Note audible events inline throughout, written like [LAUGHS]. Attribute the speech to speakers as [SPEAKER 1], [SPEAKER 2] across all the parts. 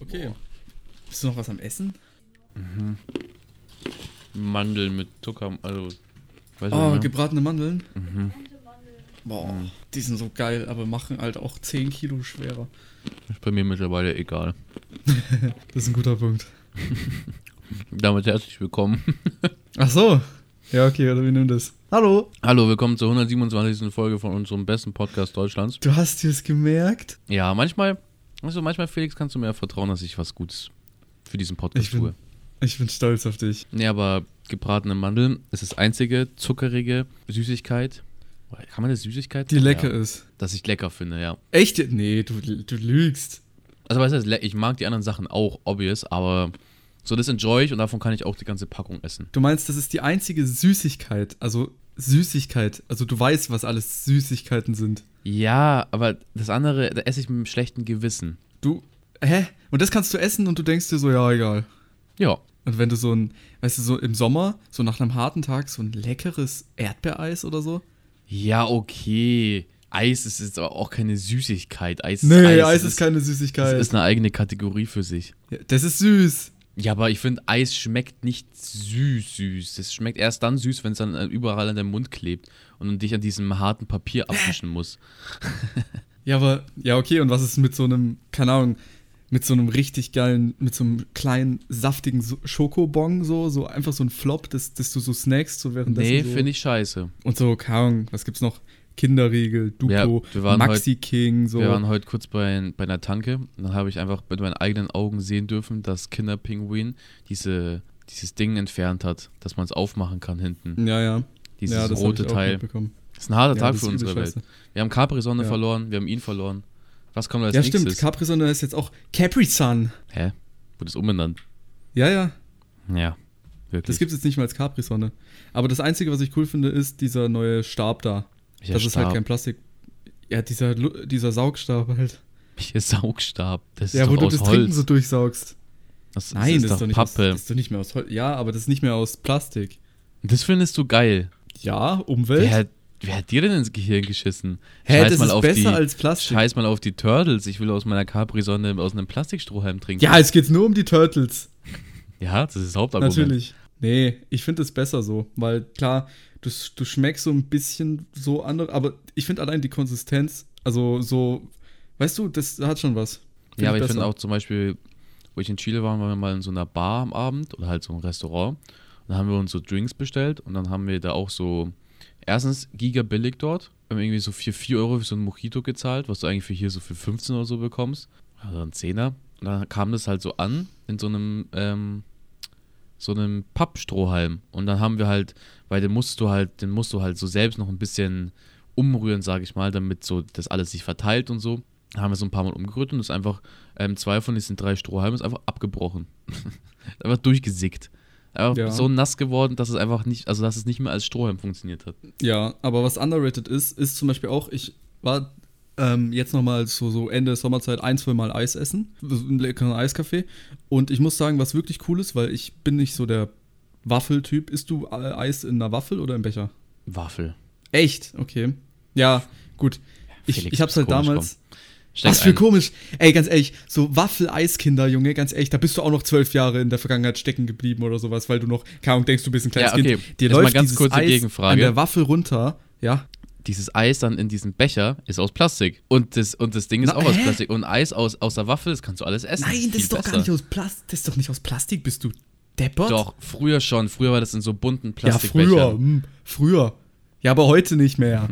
[SPEAKER 1] Okay. Bist du noch was am Essen?
[SPEAKER 2] Mandeln mit Zucker, also. Mhm. Weiß
[SPEAKER 1] Ah,
[SPEAKER 2] ich nicht. ne?
[SPEAKER 1] gebratene Mandeln. Boah, die sind so geil, aber machen halt auch 10 Kilo schwerer.
[SPEAKER 2] Ist bei mir mittlerweile egal.
[SPEAKER 1] Das ist ein guter Punkt.
[SPEAKER 2] Damit herzlich willkommen. [LAUGHS]
[SPEAKER 1] Ach so. Ja, okay, oder wie nimmt das? Hallo.
[SPEAKER 2] Hallo, willkommen zur 127. Folge von unserem besten Podcast Deutschlands.
[SPEAKER 1] Du hast dir es gemerkt?
[SPEAKER 2] Ja, manchmal, also manchmal, Felix, kannst du mir ja vertrauen, dass ich was Gutes für diesen Podcast
[SPEAKER 1] Ich bin-
[SPEAKER 2] tue.
[SPEAKER 1] Ich bin stolz auf dich.
[SPEAKER 2] Nee, aber gebratene Mandeln ist das einzige zuckerige Süßigkeit. Kann man das Süßigkeit?
[SPEAKER 1] Die
[SPEAKER 2] sagen?
[SPEAKER 1] lecker
[SPEAKER 2] ja,
[SPEAKER 1] ist.
[SPEAKER 2] Dass ich lecker finde, ja.
[SPEAKER 1] Echt? Nee, du, du lügst.
[SPEAKER 2] Also, weißt du, das Le- ich mag die anderen Sachen auch, obvious, aber so das enjoy ich und davon kann ich auch die ganze Packung essen.
[SPEAKER 1] Du meinst, das ist die einzige Süßigkeit, also Süßigkeit, also du weißt, was alles Süßigkeiten sind.
[SPEAKER 2] Ja, aber das andere, da esse ich mit einem schlechten Gewissen.
[SPEAKER 1] Du, hä? Und das kannst du essen und du denkst dir so, ja, egal.
[SPEAKER 2] Ja.
[SPEAKER 1] Und wenn du so ein, weißt du, so im Sommer, so nach einem harten Tag, so ein leckeres Erdbeereis oder so.
[SPEAKER 2] Ja, okay. Eis ist jetzt aber auch keine Süßigkeit. Eis ist
[SPEAKER 1] Nee, Eis,
[SPEAKER 2] Eis. Es
[SPEAKER 1] ist, keine Süßigkeit.
[SPEAKER 2] Es ist eine eigene Kategorie für sich.
[SPEAKER 1] Ja, das ist süß.
[SPEAKER 2] Ja, aber ich finde, Eis schmeckt nicht süß, süß. Es schmeckt erst dann süß, wenn es dann äh, überall an deinem Mund klebt und du dich an diesem harten Papier abwischen musst.
[SPEAKER 1] Ja, aber, ja, okay, und was ist mit so einem, keine Ahnung, mit so einem richtig geilen, mit so einem kleinen, saftigen So- Schokobon, so, so einfach so ein Flop, das, das du so snackst, so währenddessen.
[SPEAKER 2] Nee,
[SPEAKER 1] so.
[SPEAKER 2] finde ich scheiße.
[SPEAKER 1] Und so, keine Ahnung, was gibt's noch? Kinderriegel, Duplo,
[SPEAKER 2] Ja, wir waren
[SPEAKER 1] Maxi King, so.
[SPEAKER 2] Wir waren heute kurz bei, bei einer Tanke und dann habe ich einfach mit meinen eigenen Augen sehen dürfen, dass Kinderpinguin diese, dieses Ding entfernt hat, dass man es aufmachen kann hinten.
[SPEAKER 1] ja, ja.
[SPEAKER 2] Dieses
[SPEAKER 1] ja, das hab
[SPEAKER 2] rote
[SPEAKER 1] ich auch
[SPEAKER 2] Teil.
[SPEAKER 1] mitbekommen.
[SPEAKER 2] Ist ein harter
[SPEAKER 1] Ja,
[SPEAKER 2] Tag
[SPEAKER 1] das
[SPEAKER 2] für
[SPEAKER 1] ist übel
[SPEAKER 2] unsere Welt.
[SPEAKER 1] scheiße.
[SPEAKER 2] Wir haben Capri-Sonne
[SPEAKER 1] Ja.
[SPEAKER 2] verloren, wir haben ihn verloren. Was kommt als
[SPEAKER 1] Ja,
[SPEAKER 2] nächstes?
[SPEAKER 1] stimmt. Capri-Sonne ist jetzt auch Capri-Sun.
[SPEAKER 2] Hä? Wurde es umbenannt?
[SPEAKER 1] Ja, ja.
[SPEAKER 2] Ja,
[SPEAKER 1] Das
[SPEAKER 2] wirklich.
[SPEAKER 1] gibt's jetzt nicht mehr als Capri-Sonne. Aber das Einzige, was ich cool finde, ist dieser neue Stab da.
[SPEAKER 2] Welcher
[SPEAKER 1] das ist halt
[SPEAKER 2] Stab?
[SPEAKER 1] kein Plastik. Ja, dieser, Lu- dieser Saugstab halt.
[SPEAKER 2] Welcher Saugstab? Das ist
[SPEAKER 1] ja,
[SPEAKER 2] doch
[SPEAKER 1] wo du
[SPEAKER 2] aus
[SPEAKER 1] das Trinken
[SPEAKER 2] Holz.
[SPEAKER 1] so durchsaugst.
[SPEAKER 2] das,
[SPEAKER 1] Nein,
[SPEAKER 2] das
[SPEAKER 1] das,
[SPEAKER 2] ist doch
[SPEAKER 1] nicht
[SPEAKER 2] Pappe.
[SPEAKER 1] Aus, das ist doch nicht mehr aus Holz. Ja, aber das ist nicht mehr aus Plastik.
[SPEAKER 2] das findest du geil.
[SPEAKER 1] Ja,
[SPEAKER 2] Wer
[SPEAKER 1] Umwelt.
[SPEAKER 2] hat, wer hat dir denn ins Gehirn geschissen?
[SPEAKER 1] Hä, das ist
[SPEAKER 2] auf
[SPEAKER 1] besser
[SPEAKER 2] die,
[SPEAKER 1] als Plastik.
[SPEAKER 2] Scheiß mal auf die Turtles. Ich will aus meiner Capri-Sonne aus einem Plastikstrohhalm trinken.
[SPEAKER 1] Ja, es geht nur um die Turtles.
[SPEAKER 2] Ja, das ist das Hauptargument.
[SPEAKER 1] Natürlich. Nee, ich finde es besser so, weil klar, du, du schmeckst so ein bisschen so andere, aber ich finde allein die Konsistenz, also so, weißt du, das hat schon was. Find
[SPEAKER 2] Ja, aber ich
[SPEAKER 1] besser.
[SPEAKER 2] finde auch zum Beispiel, wo ich in Chile war, waren wir mal in so einer Bar am Abend oder halt so einem Restaurant. Und dann haben wir uns so Drinks bestellt und dann haben wir da auch so, erstens giga billig dort. Wir haben irgendwie so 4, 4 Euro für so ein Mojito gezahlt, was du eigentlich für hier so für 15 oder so bekommst. Also ein Zehner. Und dann kam das halt so an in so einem, ähm, so einem Pappstrohhalm. Und dann haben wir halt, weil den musst du halt, den musst du halt so selbst noch ein bisschen umrühren, sage ich mal, damit so das alles sich verteilt und so. Dann haben wir so ein paar Mal umgerührt und ist einfach, ähm, zwei von diesen drei Strohhalmen ist einfach abgebrochen. [LAUGHS] einfach durchgesickt. Einfach
[SPEAKER 1] Ja.
[SPEAKER 2] so nass geworden, dass es einfach nicht, also dass es nicht mehr als Strohhalm funktioniert hat.
[SPEAKER 1] Ja, aber was underrated ist, ist zum Beispiel auch, ich war ähm, jetzt nochmal so, so Ende Sommerzeit ein, zwei Mal Eis essen, so einen leckeren Eiskaffee. Und ich muss sagen, was wirklich cool ist, weil ich bin nicht so der Waffeltyp. Isst du äh, Eis in einer Waffel oder im Becher?
[SPEAKER 2] Waffel.
[SPEAKER 1] Echt? Okay. Ja, gut. Ich,
[SPEAKER 2] Felix,
[SPEAKER 1] ich hab's halt
[SPEAKER 2] komisch,
[SPEAKER 1] damals.
[SPEAKER 2] Steck
[SPEAKER 1] Was für
[SPEAKER 2] ein.
[SPEAKER 1] komisch. Ey, ganz ehrlich, so Waffel-Eiskinder, Junge, ganz ehrlich, da bist du auch noch zwölf Jahre in der Vergangenheit stecken geblieben oder sowas, weil du noch, keine Ahnung, denkst, du bist ein kleines
[SPEAKER 2] Ja, okay.
[SPEAKER 1] Kind. Dir
[SPEAKER 2] Jetzt mal
[SPEAKER 1] läuft
[SPEAKER 2] ganz
[SPEAKER 1] dieses
[SPEAKER 2] kurze
[SPEAKER 1] Eis
[SPEAKER 2] Gegenfrage.
[SPEAKER 1] an der Waffel runter, ja.
[SPEAKER 2] Dieses Eis dann in diesem Becher ist aus Plastik. Und das, und das Ding ist
[SPEAKER 1] Na,
[SPEAKER 2] auch aus
[SPEAKER 1] hä?
[SPEAKER 2] Plastik. Und Eis aus, aus der Waffel, das kannst du alles essen.
[SPEAKER 1] Nein, das
[SPEAKER 2] Viel
[SPEAKER 1] ist doch
[SPEAKER 2] besser.
[SPEAKER 1] gar nicht aus Plastik, das ist doch nicht aus Plastik, bist du deppert?
[SPEAKER 2] Doch, früher schon. Früher war das in so bunten
[SPEAKER 1] ja,
[SPEAKER 2] Plastikbechern.
[SPEAKER 1] früher, hm, früher. Ja, aber heute nicht
[SPEAKER 2] [LAUGHS]
[SPEAKER 1] mehr.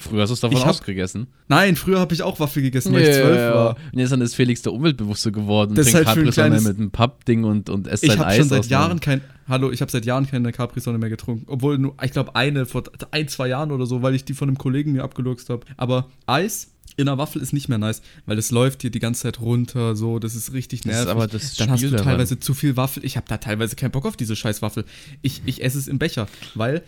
[SPEAKER 2] Früher hast du es davon
[SPEAKER 1] Ich hab-
[SPEAKER 2] ausgegessen.
[SPEAKER 1] Nein, früher habe ich auch Waffel gegessen, weil ich zwölf war.
[SPEAKER 2] Und jetzt dann ist Felix der Umweltbewusste geworden.
[SPEAKER 1] Das ist
[SPEAKER 2] trinkt
[SPEAKER 1] halt für ein
[SPEAKER 2] Capri-Sonne
[SPEAKER 1] kleines-
[SPEAKER 2] mit einem Pappding und, und esst
[SPEAKER 1] Ich
[SPEAKER 2] sein
[SPEAKER 1] habe
[SPEAKER 2] Eis
[SPEAKER 1] schon seit
[SPEAKER 2] aus einem-
[SPEAKER 1] Jahren kein. Hallo, ich habe seit Jahren keine Capri-Sonne mehr getrunken. Obwohl nur, ich glaube, eine vor ein, zwei Jahren oder so, weil ich die von einem Kollegen mir abgeluchst habe. Aber Eis in einer Waffel ist nicht mehr nice, weil es läuft dir die ganze Zeit runter, so, das ist richtig
[SPEAKER 2] Das ist
[SPEAKER 1] nervig.
[SPEAKER 2] aber das
[SPEAKER 1] Dann hast du
[SPEAKER 2] Spiel daran.
[SPEAKER 1] teilweise zu viel Waffel. Ich habe da teilweise keinen Bock auf diese scheiß Waffel. Ich, ich esse es im Becher, weil,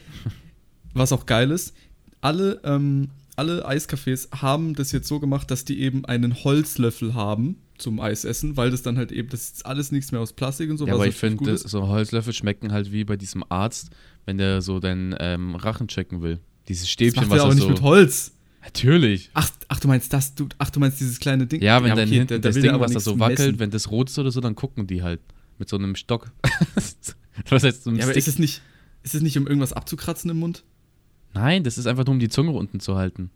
[SPEAKER 1] was auch geil ist, alle, ähm, alle Eiscafés haben das jetzt so gemacht, dass die eben einen Holzlöffel haben zum Eisessen, weil das dann halt eben, das ist alles nichts mehr aus Plastik und so.
[SPEAKER 2] Ja,
[SPEAKER 1] was
[SPEAKER 2] aber ich
[SPEAKER 1] natürlich gut
[SPEAKER 2] finde,
[SPEAKER 1] ist.
[SPEAKER 2] so Holzlöffel schmecken halt wie bei diesem Arzt, wenn der so deinen ähm, Rachen checken will. Dieses
[SPEAKER 1] das
[SPEAKER 2] Stäbchen,
[SPEAKER 1] macht er
[SPEAKER 2] was
[SPEAKER 1] aber
[SPEAKER 2] er
[SPEAKER 1] nicht
[SPEAKER 2] so.
[SPEAKER 1] mit Holz.
[SPEAKER 2] Natürlich.
[SPEAKER 1] Ach, ach, du meinst das, du, ach, du meinst dieses kleine Ding.
[SPEAKER 2] Ja, wenn dann
[SPEAKER 1] okay,
[SPEAKER 2] hinten
[SPEAKER 1] der- der
[SPEAKER 2] das
[SPEAKER 1] will da
[SPEAKER 2] Ding,
[SPEAKER 1] aber
[SPEAKER 2] was da
[SPEAKER 1] nichts
[SPEAKER 2] so wackelt,
[SPEAKER 1] messen.
[SPEAKER 2] wenn das rot ist oder so, dann gucken die halt mit so einem Stock. [LAUGHS] was heißt so einem
[SPEAKER 1] Ja, aber
[SPEAKER 2] Stick?
[SPEAKER 1] ist es nicht, ist es nicht, um irgendwas abzukratzen im Mund?
[SPEAKER 2] Nein, das ist einfach nur, um die Zunge unten zu halten.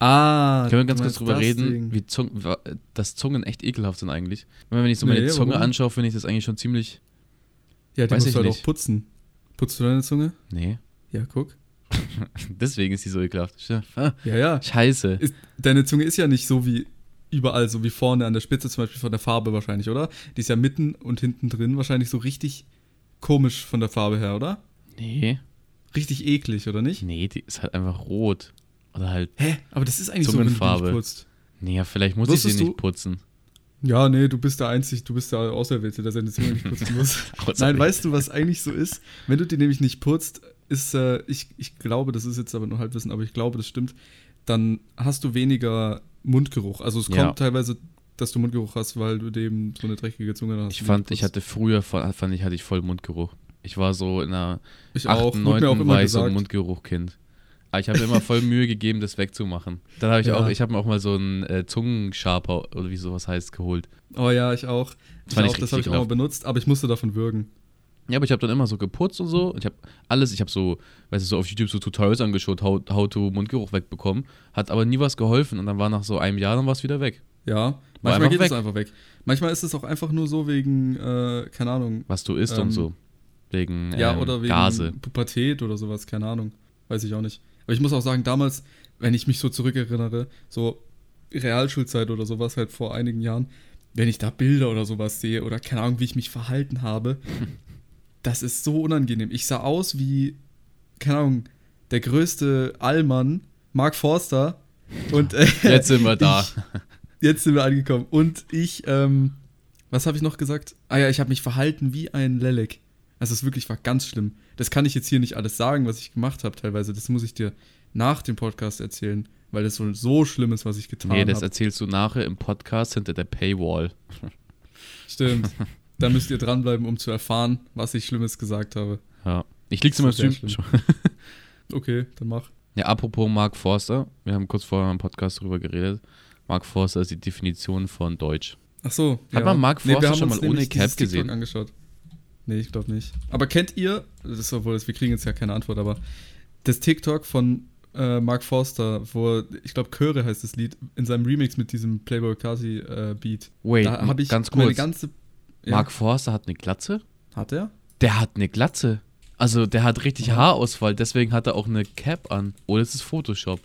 [SPEAKER 1] Ah,
[SPEAKER 2] Können wir
[SPEAKER 1] du
[SPEAKER 2] ganz kurz
[SPEAKER 1] meinst
[SPEAKER 2] drüber
[SPEAKER 1] das
[SPEAKER 2] reden,
[SPEAKER 1] Ding.
[SPEAKER 2] wie Zungen, wa- dass Zungen echt ekelhaft sind eigentlich. Wenn ich so meine
[SPEAKER 1] Nee,
[SPEAKER 2] Zunge
[SPEAKER 1] warum?
[SPEAKER 2] anschaue, finde ich das eigentlich schon ziemlich.
[SPEAKER 1] ja, die
[SPEAKER 2] weiß
[SPEAKER 1] musst
[SPEAKER 2] ich
[SPEAKER 1] du halt auch
[SPEAKER 2] nicht.
[SPEAKER 1] putzen. Putzt du deine Zunge?
[SPEAKER 2] Nee. [LAUGHS]
[SPEAKER 1] Ja, guck.
[SPEAKER 2] Deswegen ist die so ekelhaft. [LAUGHS] Sche-
[SPEAKER 1] Ja, ja.
[SPEAKER 2] Scheiße.
[SPEAKER 1] Ist, deine Zunge ist ja nicht so wie überall, so wie vorne an der Spitze zum Beispiel von der Farbe wahrscheinlich, oder? Die ist ja mitten und hinten drin wahrscheinlich so richtig komisch von der Farbe her, oder?
[SPEAKER 2] Nee.
[SPEAKER 1] Richtig eklig, oder nicht?
[SPEAKER 2] Nee, die ist halt einfach rot. Oder halt.
[SPEAKER 1] Hä? Aber das ist eigentlich so, wenn
[SPEAKER 2] Zungenfarbe.
[SPEAKER 1] du die nicht putzt.
[SPEAKER 2] Nee, ja, vielleicht muss ich
[SPEAKER 1] Wusstest
[SPEAKER 2] sie
[SPEAKER 1] du-
[SPEAKER 2] nicht putzen.
[SPEAKER 1] Ja, nee, du bist der einzig, du bist der Auserwählte, der seine Zunge nicht
[SPEAKER 2] [LAUGHS]
[SPEAKER 1] putzen muss. Nein, weißt du, was eigentlich so ist? Wenn du die nämlich nicht putzt, ist, äh, ich, ich glaube, das ist jetzt aber nur Halbwissen, aber ich glaube, das stimmt, dann hast du weniger Mundgeruch. Also es kommt
[SPEAKER 2] Ja.
[SPEAKER 1] teilweise, dass du Mundgeruch hast, weil du dem so eine dreckige Zunge hast.
[SPEAKER 2] Ich fand, ich hatte früher, fand ich, hatte ich voll Mundgeruch. Ich war so in einer
[SPEAKER 1] ich auch,
[SPEAKER 2] achten,
[SPEAKER 1] wurde mir auch
[SPEAKER 2] neunten
[SPEAKER 1] immer
[SPEAKER 2] war ich so
[SPEAKER 1] gesagt.
[SPEAKER 2] ein Mundgeruchkind. Aber ich habe mir
[SPEAKER 1] [LAUGHS]
[SPEAKER 2] immer voll Mühe gegeben, das wegzumachen. Dann habe ich
[SPEAKER 1] Ja.
[SPEAKER 2] auch, ich habe mir auch mal so einen äh, Zungenschaber oder wie sowas heißt geholt.
[SPEAKER 1] Oh ja, ich auch. Ich
[SPEAKER 2] fand ich
[SPEAKER 1] auch das habe
[SPEAKER 2] richtig
[SPEAKER 1] ich auch mal
[SPEAKER 2] ekelhaft.
[SPEAKER 1] benutzt, aber ich musste davon würgen.
[SPEAKER 2] Ja, aber ich habe dann immer so geputzt und so. Und ich habe alles, ich habe so, weißt du, so auf YouTube so Tutorials angeschaut, how, how to Mundgeruch wegbekommen. Hat aber nie was geholfen und dann war nach so einem Jahr dann war es wieder weg.
[SPEAKER 1] Ja,
[SPEAKER 2] War
[SPEAKER 1] manchmal
[SPEAKER 2] einfach
[SPEAKER 1] geht es
[SPEAKER 2] weg.
[SPEAKER 1] einfach weg. Manchmal ist es auch einfach nur so wegen, äh, keine Ahnung,
[SPEAKER 2] Was du isst
[SPEAKER 1] Ähm,
[SPEAKER 2] und so. Wegen,
[SPEAKER 1] Ja,
[SPEAKER 2] ähm,
[SPEAKER 1] oder wegen
[SPEAKER 2] Gase.
[SPEAKER 1] Pubertät oder sowas, keine Ahnung. Weiß ich auch nicht. Aber ich muss auch sagen, damals, wenn ich mich so zurückerinnere, so Realschulzeit oder sowas, halt vor einigen Jahren, wenn ich da Bilder oder sowas sehe oder keine Ahnung, wie ich mich verhalten
[SPEAKER 2] [LAUGHS]
[SPEAKER 1] habe, das ist so unangenehm. Ich sah aus wie, keine Ahnung, der größte Allmann, Mark Forster. Und äh,
[SPEAKER 2] [LAUGHS] Jetzt sind wir da.
[SPEAKER 1] [LAUGHS] Ich, jetzt sind wir angekommen. Und ich, ähm, was habe ich noch gesagt? Ah ja, ich habe mich verhalten wie ein Lelek. Also es wirklich war ganz schlimm. Das kann ich jetzt hier nicht alles sagen, was ich gemacht habe teilweise. Das muss ich dir nach dem Podcast erzählen, weil das so, so schlimm ist, was ich getan
[SPEAKER 2] Nee,
[SPEAKER 1] habe.
[SPEAKER 2] das erzählst du nachher im Podcast hinter der Paywall. [LAUGHS]
[SPEAKER 1] Stimmt. da müsst ihr dranbleiben, um zu erfahren, was ich Schlimmes gesagt habe.
[SPEAKER 2] Ja. Ich lieg's
[SPEAKER 1] Das
[SPEAKER 2] immer
[SPEAKER 1] ist sehr
[SPEAKER 2] im
[SPEAKER 1] schlimm. Okay, dann mach.
[SPEAKER 2] Ja, apropos Mark Forster, wir haben kurz vorher im Podcast darüber geredet. Mark Forster ist die Definition von Deutsch.
[SPEAKER 1] Ach so.
[SPEAKER 2] Hat man Mark
[SPEAKER 1] wir
[SPEAKER 2] Forster
[SPEAKER 1] haben
[SPEAKER 2] schon
[SPEAKER 1] uns
[SPEAKER 2] mal ohne
[SPEAKER 1] nämlich
[SPEAKER 2] Cap
[SPEAKER 1] dieses
[SPEAKER 2] gesehen?
[SPEAKER 1] angeschaut. Nee, ich glaube nicht. Aber kennt ihr, das ist obwohl das- wir kriegen jetzt ja keine Antwort, aber das TikTok von äh, Mark Forster, wo ich glaube Chöre heißt das Lied, in seinem Remix mit diesem Playboy Kasi äh, Beat.
[SPEAKER 2] Wait,
[SPEAKER 1] da habe ich
[SPEAKER 2] ganz
[SPEAKER 1] meine
[SPEAKER 2] kurz.
[SPEAKER 1] ganze ja,
[SPEAKER 2] Mark Forster hat eine Glatze?
[SPEAKER 1] hat er?
[SPEAKER 2] Der hat eine Glatze. Also der hat richtig
[SPEAKER 1] Ja.
[SPEAKER 2] Haarausfall, deswegen hat er auch eine Cap an. Oder es ist Photoshop.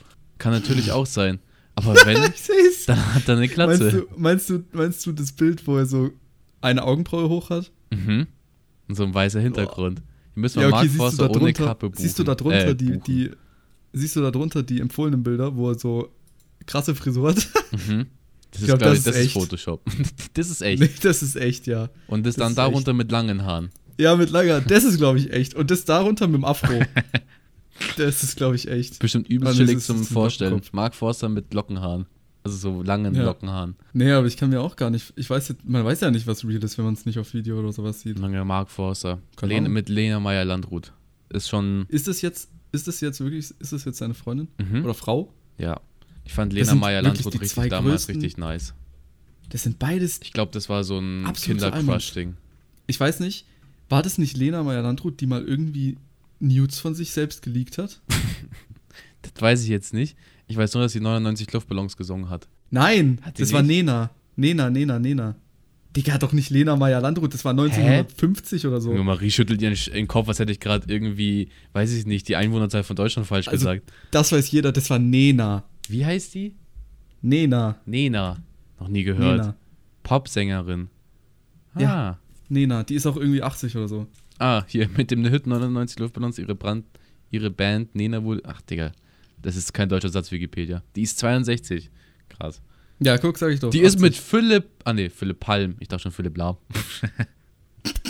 [SPEAKER 1] [LAUGHS]
[SPEAKER 2] Kann natürlich auch sein. Aber wenn,
[SPEAKER 1] Ich sehe es.
[SPEAKER 2] dann hat er eine
[SPEAKER 1] Meinst du,
[SPEAKER 2] Glatze.
[SPEAKER 1] meinst, du, meinst du das Bild, wo er so eine Augenbraue hoch hat?
[SPEAKER 2] Mhm. Und so ein weißer Hintergrund. Hier müssen wir Mark Forster
[SPEAKER 1] da
[SPEAKER 2] ohne
[SPEAKER 1] drunter-
[SPEAKER 2] Kappe buchen.
[SPEAKER 1] Siehst du da drunter
[SPEAKER 2] Äh,
[SPEAKER 1] die,
[SPEAKER 2] buchen.
[SPEAKER 1] die, siehst du da drunter die empfohlenen Bilder, wo er so krasse Frisur hat? [LAUGHS]
[SPEAKER 2] Mhm. Das
[SPEAKER 1] Ich
[SPEAKER 2] ist,
[SPEAKER 1] glaub,
[SPEAKER 2] glaub,
[SPEAKER 1] das
[SPEAKER 2] ich,
[SPEAKER 1] ist
[SPEAKER 2] das ist
[SPEAKER 1] echt. [LAUGHS]
[SPEAKER 2] Photoshop. das ist echt.
[SPEAKER 1] Nee, das ist echt, ja.
[SPEAKER 2] Und das,
[SPEAKER 1] Das
[SPEAKER 2] dann
[SPEAKER 1] ist
[SPEAKER 2] darunter mit langen Haaren.
[SPEAKER 1] Ja, mit langer, das ist, glaube ich, echt. Und das darunter mit dem
[SPEAKER 2] [LAUGHS]
[SPEAKER 1] Afro. das ist, glaube ich, echt.
[SPEAKER 2] Bestimmt übelst
[SPEAKER 1] Mann, das
[SPEAKER 2] chillig
[SPEAKER 1] ist-
[SPEAKER 2] zum
[SPEAKER 1] das ist ein
[SPEAKER 2] Vorstellen.
[SPEAKER 1] Doppelkopf.
[SPEAKER 2] Mark Forster mit Lockenhaaren. Also so langen
[SPEAKER 1] Ja.
[SPEAKER 2] Lockenhaaren.
[SPEAKER 1] Nee, aber ich kann mir auch gar nicht, ich weiß jetzt, man weiß ja nicht, was real ist, wenn man es nicht auf Video oder sowas sieht.
[SPEAKER 2] Lange Mark Forster.
[SPEAKER 1] Keine
[SPEAKER 2] Lena,
[SPEAKER 1] Ahnung.
[SPEAKER 2] mit Lena Meyer Landrut. Ist schon.
[SPEAKER 1] Ist das jetzt, ist das jetzt wirklich, ist das jetzt seine Freundin?
[SPEAKER 2] Mhm.
[SPEAKER 1] Oder Frau?
[SPEAKER 2] Ja. Ich fand
[SPEAKER 1] Das
[SPEAKER 2] Lena
[SPEAKER 1] sind
[SPEAKER 2] Meyer
[SPEAKER 1] wirklich
[SPEAKER 2] Landrut
[SPEAKER 1] die zwei
[SPEAKER 2] richtig damals
[SPEAKER 1] größten-
[SPEAKER 2] richtig nice.
[SPEAKER 1] Das sind beides,
[SPEAKER 2] Ich glaube, das war so ein
[SPEAKER 1] Absolute
[SPEAKER 2] Kindercrush-Ding.
[SPEAKER 1] ich weiß nicht, war das nicht Lena Meyer-Landrut, die mal irgendwie Nudes von sich selbst geleakt hat?
[SPEAKER 2] Das weiß ich jetzt nicht. Ich weiß nur, dass sie 99 Luftballons gesungen hat.
[SPEAKER 1] Nein,
[SPEAKER 2] Hat die
[SPEAKER 1] das war
[SPEAKER 2] nicht?
[SPEAKER 1] Nena. Nena, Nena, Nena. Digga, doch nicht Lena Meyer-Landrut, das war 1950 oder so.
[SPEAKER 2] Junge, Marie schüttelt ihren Sch- den Kopf, als hätte ich gerade irgendwie, weiß ich nicht, die Einwohnerzahl von Deutschland falsch
[SPEAKER 1] Also-
[SPEAKER 2] gesagt.
[SPEAKER 1] Das weiß jeder, das war Nena.
[SPEAKER 2] Wie heißt die?
[SPEAKER 1] Nena.
[SPEAKER 2] Nena. Noch nie gehört.
[SPEAKER 1] Nena.
[SPEAKER 2] Popsängerin. Ah.
[SPEAKER 1] Ja. Nena, die ist auch irgendwie 80 oder so.
[SPEAKER 2] Ah, hier mit dem Hit 99 Luftballons, ihre, Brand, ihre Band Nena wurde. Ach, Digga. Das ist kein deutscher Satz, Wikipedia. Die ist 62. Krass.
[SPEAKER 1] Ja, guck, sag ich doch.
[SPEAKER 2] Die ist mit Philipp. Ah, nee, Philipp Palm. Ich dachte schon Philipp Lahm. [LAUGHS]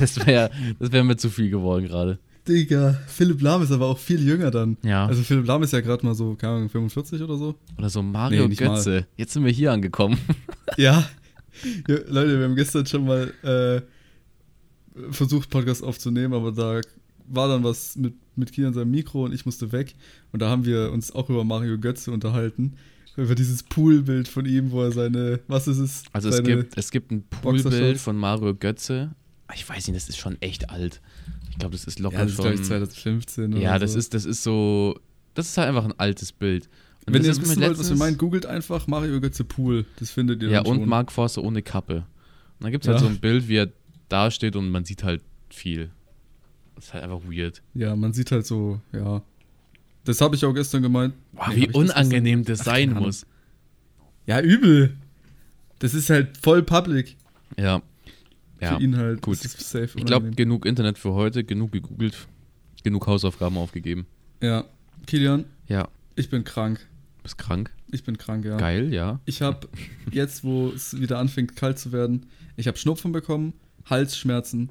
[SPEAKER 2] das wäre das wär mir zu viel geworden gerade.
[SPEAKER 1] Digga, Philipp Lahm ist aber auch viel jünger dann.
[SPEAKER 2] Ja.
[SPEAKER 1] Also Philipp Lahm ist ja gerade mal so, keine Ahnung, 45 oder so.
[SPEAKER 2] Oder so Mario
[SPEAKER 1] Nee, nicht mal.
[SPEAKER 2] Götze. Jetzt sind wir hier angekommen.
[SPEAKER 1] ja. ja. Leute, wir haben gestern schon mal äh, versucht, Podcast aufzunehmen, aber da war dann was mit, mit Kian seinem Mikro und ich musste weg. Und da haben wir uns auch über Mario Götze unterhalten. Über dieses Poolbild von ihm, wo er seine, was ist es?
[SPEAKER 2] Also es
[SPEAKER 1] seine,
[SPEAKER 2] gibt, es gibt ein Poolbild
[SPEAKER 1] Boxershorts.
[SPEAKER 2] von Mario Götze. Ah, Ich weiß nicht, das ist schon echt alt. Ich glaube, das ist locker
[SPEAKER 1] ja, das ist
[SPEAKER 2] schon.
[SPEAKER 1] glaube ich 2015 oder
[SPEAKER 2] ja, das
[SPEAKER 1] so.
[SPEAKER 2] ist, das ist so. Das ist halt einfach ein altes Bild. Und
[SPEAKER 1] Wenn
[SPEAKER 2] das
[SPEAKER 1] ihr
[SPEAKER 2] ist mir
[SPEAKER 1] wissen wollt, was wir
[SPEAKER 2] letztens-
[SPEAKER 1] meinen, googelt einfach Mario Götze Pool. Das findet ihr
[SPEAKER 2] Ja,
[SPEAKER 1] dann
[SPEAKER 2] und
[SPEAKER 1] schon.
[SPEAKER 2] Mark Forster ohne Kappe. Und dann gibt es halt
[SPEAKER 1] Ja.
[SPEAKER 2] so ein Bild, wie er da steht und man sieht halt viel. Das ist halt einfach weird.
[SPEAKER 1] Ja, man sieht halt so, ja. Das habe ich auch gestern gemeint. Nee,
[SPEAKER 2] Wow,
[SPEAKER 1] hab
[SPEAKER 2] wie
[SPEAKER 1] ich das
[SPEAKER 2] unangenehm
[SPEAKER 1] keine
[SPEAKER 2] das, sein
[SPEAKER 1] Ahnung.
[SPEAKER 2] muss.
[SPEAKER 1] gestern- Ja, übel. Das ist halt voll public
[SPEAKER 2] Ja. Ja.
[SPEAKER 1] für ihn halt.
[SPEAKER 2] gut.
[SPEAKER 1] Das ist safe
[SPEAKER 2] Ich glaube,
[SPEAKER 1] unangenehm.
[SPEAKER 2] genug Internet für heute, genug gegoogelt, genug Hausaufgaben aufgegeben.
[SPEAKER 1] Ja. Kilian,
[SPEAKER 2] Ja.
[SPEAKER 1] ich bin krank.
[SPEAKER 2] Bist krank?
[SPEAKER 1] Ich bin krank, ja.
[SPEAKER 2] Geil, ja.
[SPEAKER 1] Ich habe jetzt, wo es wieder anfängt kalt zu werden, ich habe Schnupfen bekommen, Halsschmerzen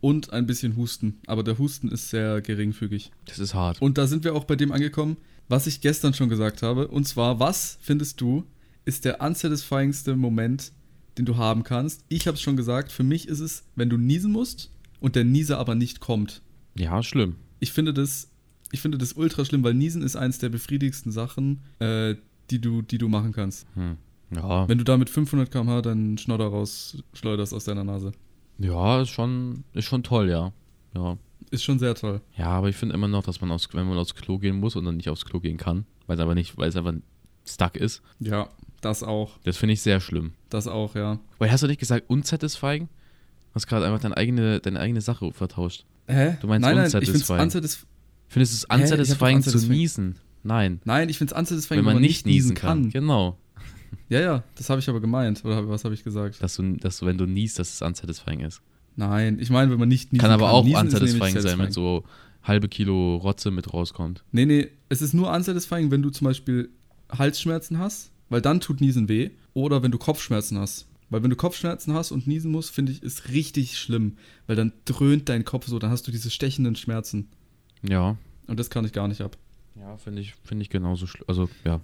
[SPEAKER 1] und ein bisschen Husten. Aber der Husten ist sehr geringfügig.
[SPEAKER 2] Das ist hart.
[SPEAKER 1] Und da sind wir auch bei dem angekommen, was ich gestern schon gesagt habe. Und zwar, was findest du, ist der unsatisfyingste Moment, den du haben kannst? Ich habe es schon gesagt, für mich ist es, wenn du niesen musst und der Nieser aber nicht kommt.
[SPEAKER 2] Ja, schlimm.
[SPEAKER 1] Ich finde das, ich finde das ultra schlimm, weil Niesen ist eines der befriedigendsten Sachen, äh, die, du, die du machen kannst.
[SPEAKER 2] Hm. Ja.
[SPEAKER 1] Wenn du da mit 500 km/h deinen Schnodder rausschleuderst aus deiner Nase.
[SPEAKER 2] Ja, ist schon, ist schon toll, ja. Ja.
[SPEAKER 1] Ist schon sehr toll.
[SPEAKER 2] Ja, aber ich finde immer noch, dass man aufs, wenn man aufs Klo gehen muss und dann nicht aufs Klo gehen kann, weil es aber nicht, weil es einfach stuck ist,
[SPEAKER 1] Ja, das auch.
[SPEAKER 2] das finde ich sehr schlimm.
[SPEAKER 1] Das auch, ja.
[SPEAKER 2] Weil hast du nicht gesagt unsatisfying? Du hast gerade einfach deine eigene, deine eigene Sache vertauscht.
[SPEAKER 1] Hä?
[SPEAKER 2] Du meinst
[SPEAKER 1] nein, nein, ich find's
[SPEAKER 2] unsatisfying.
[SPEAKER 1] unsatisfying.
[SPEAKER 2] Findest du es
[SPEAKER 1] ich hab doch
[SPEAKER 2] unsatisfying zu
[SPEAKER 1] unsatisfying.
[SPEAKER 2] niesen? Nein.
[SPEAKER 1] Nein, ich finde es unsatisfying,
[SPEAKER 2] wenn man, nicht niesen kann.
[SPEAKER 1] kann.
[SPEAKER 2] Genau.
[SPEAKER 1] Ja, ja, das habe ich aber gemeint. Oder hab- was habe ich gesagt?
[SPEAKER 2] Dass du, dass du, wenn du niest, dass es unsatisfying ist.
[SPEAKER 1] Nein, ich meine, wenn man nicht niesen
[SPEAKER 2] kann aber auch
[SPEAKER 1] Niesen ist nämlich
[SPEAKER 2] unsatisfying sein, wenn
[SPEAKER 1] satisfying.
[SPEAKER 2] so halbe Kilo Rotze mit rauskommt.
[SPEAKER 1] Nee, nee, es ist nur unsatisfying, wenn du zum Beispiel Halsschmerzen hast, weil dann tut Niesen weh. Oder wenn du Kopfschmerzen hast. Weil wenn du Kopfschmerzen hast und niesen musst, finde ich, ist richtig schlimm. Weil dann dröhnt dein Kopf so, dann hast du diese stechenden Schmerzen.
[SPEAKER 2] Ja.
[SPEAKER 1] Und das kann ich gar nicht ab.
[SPEAKER 2] Ja, finde ich, finde ich genauso schlimm. Also, ja.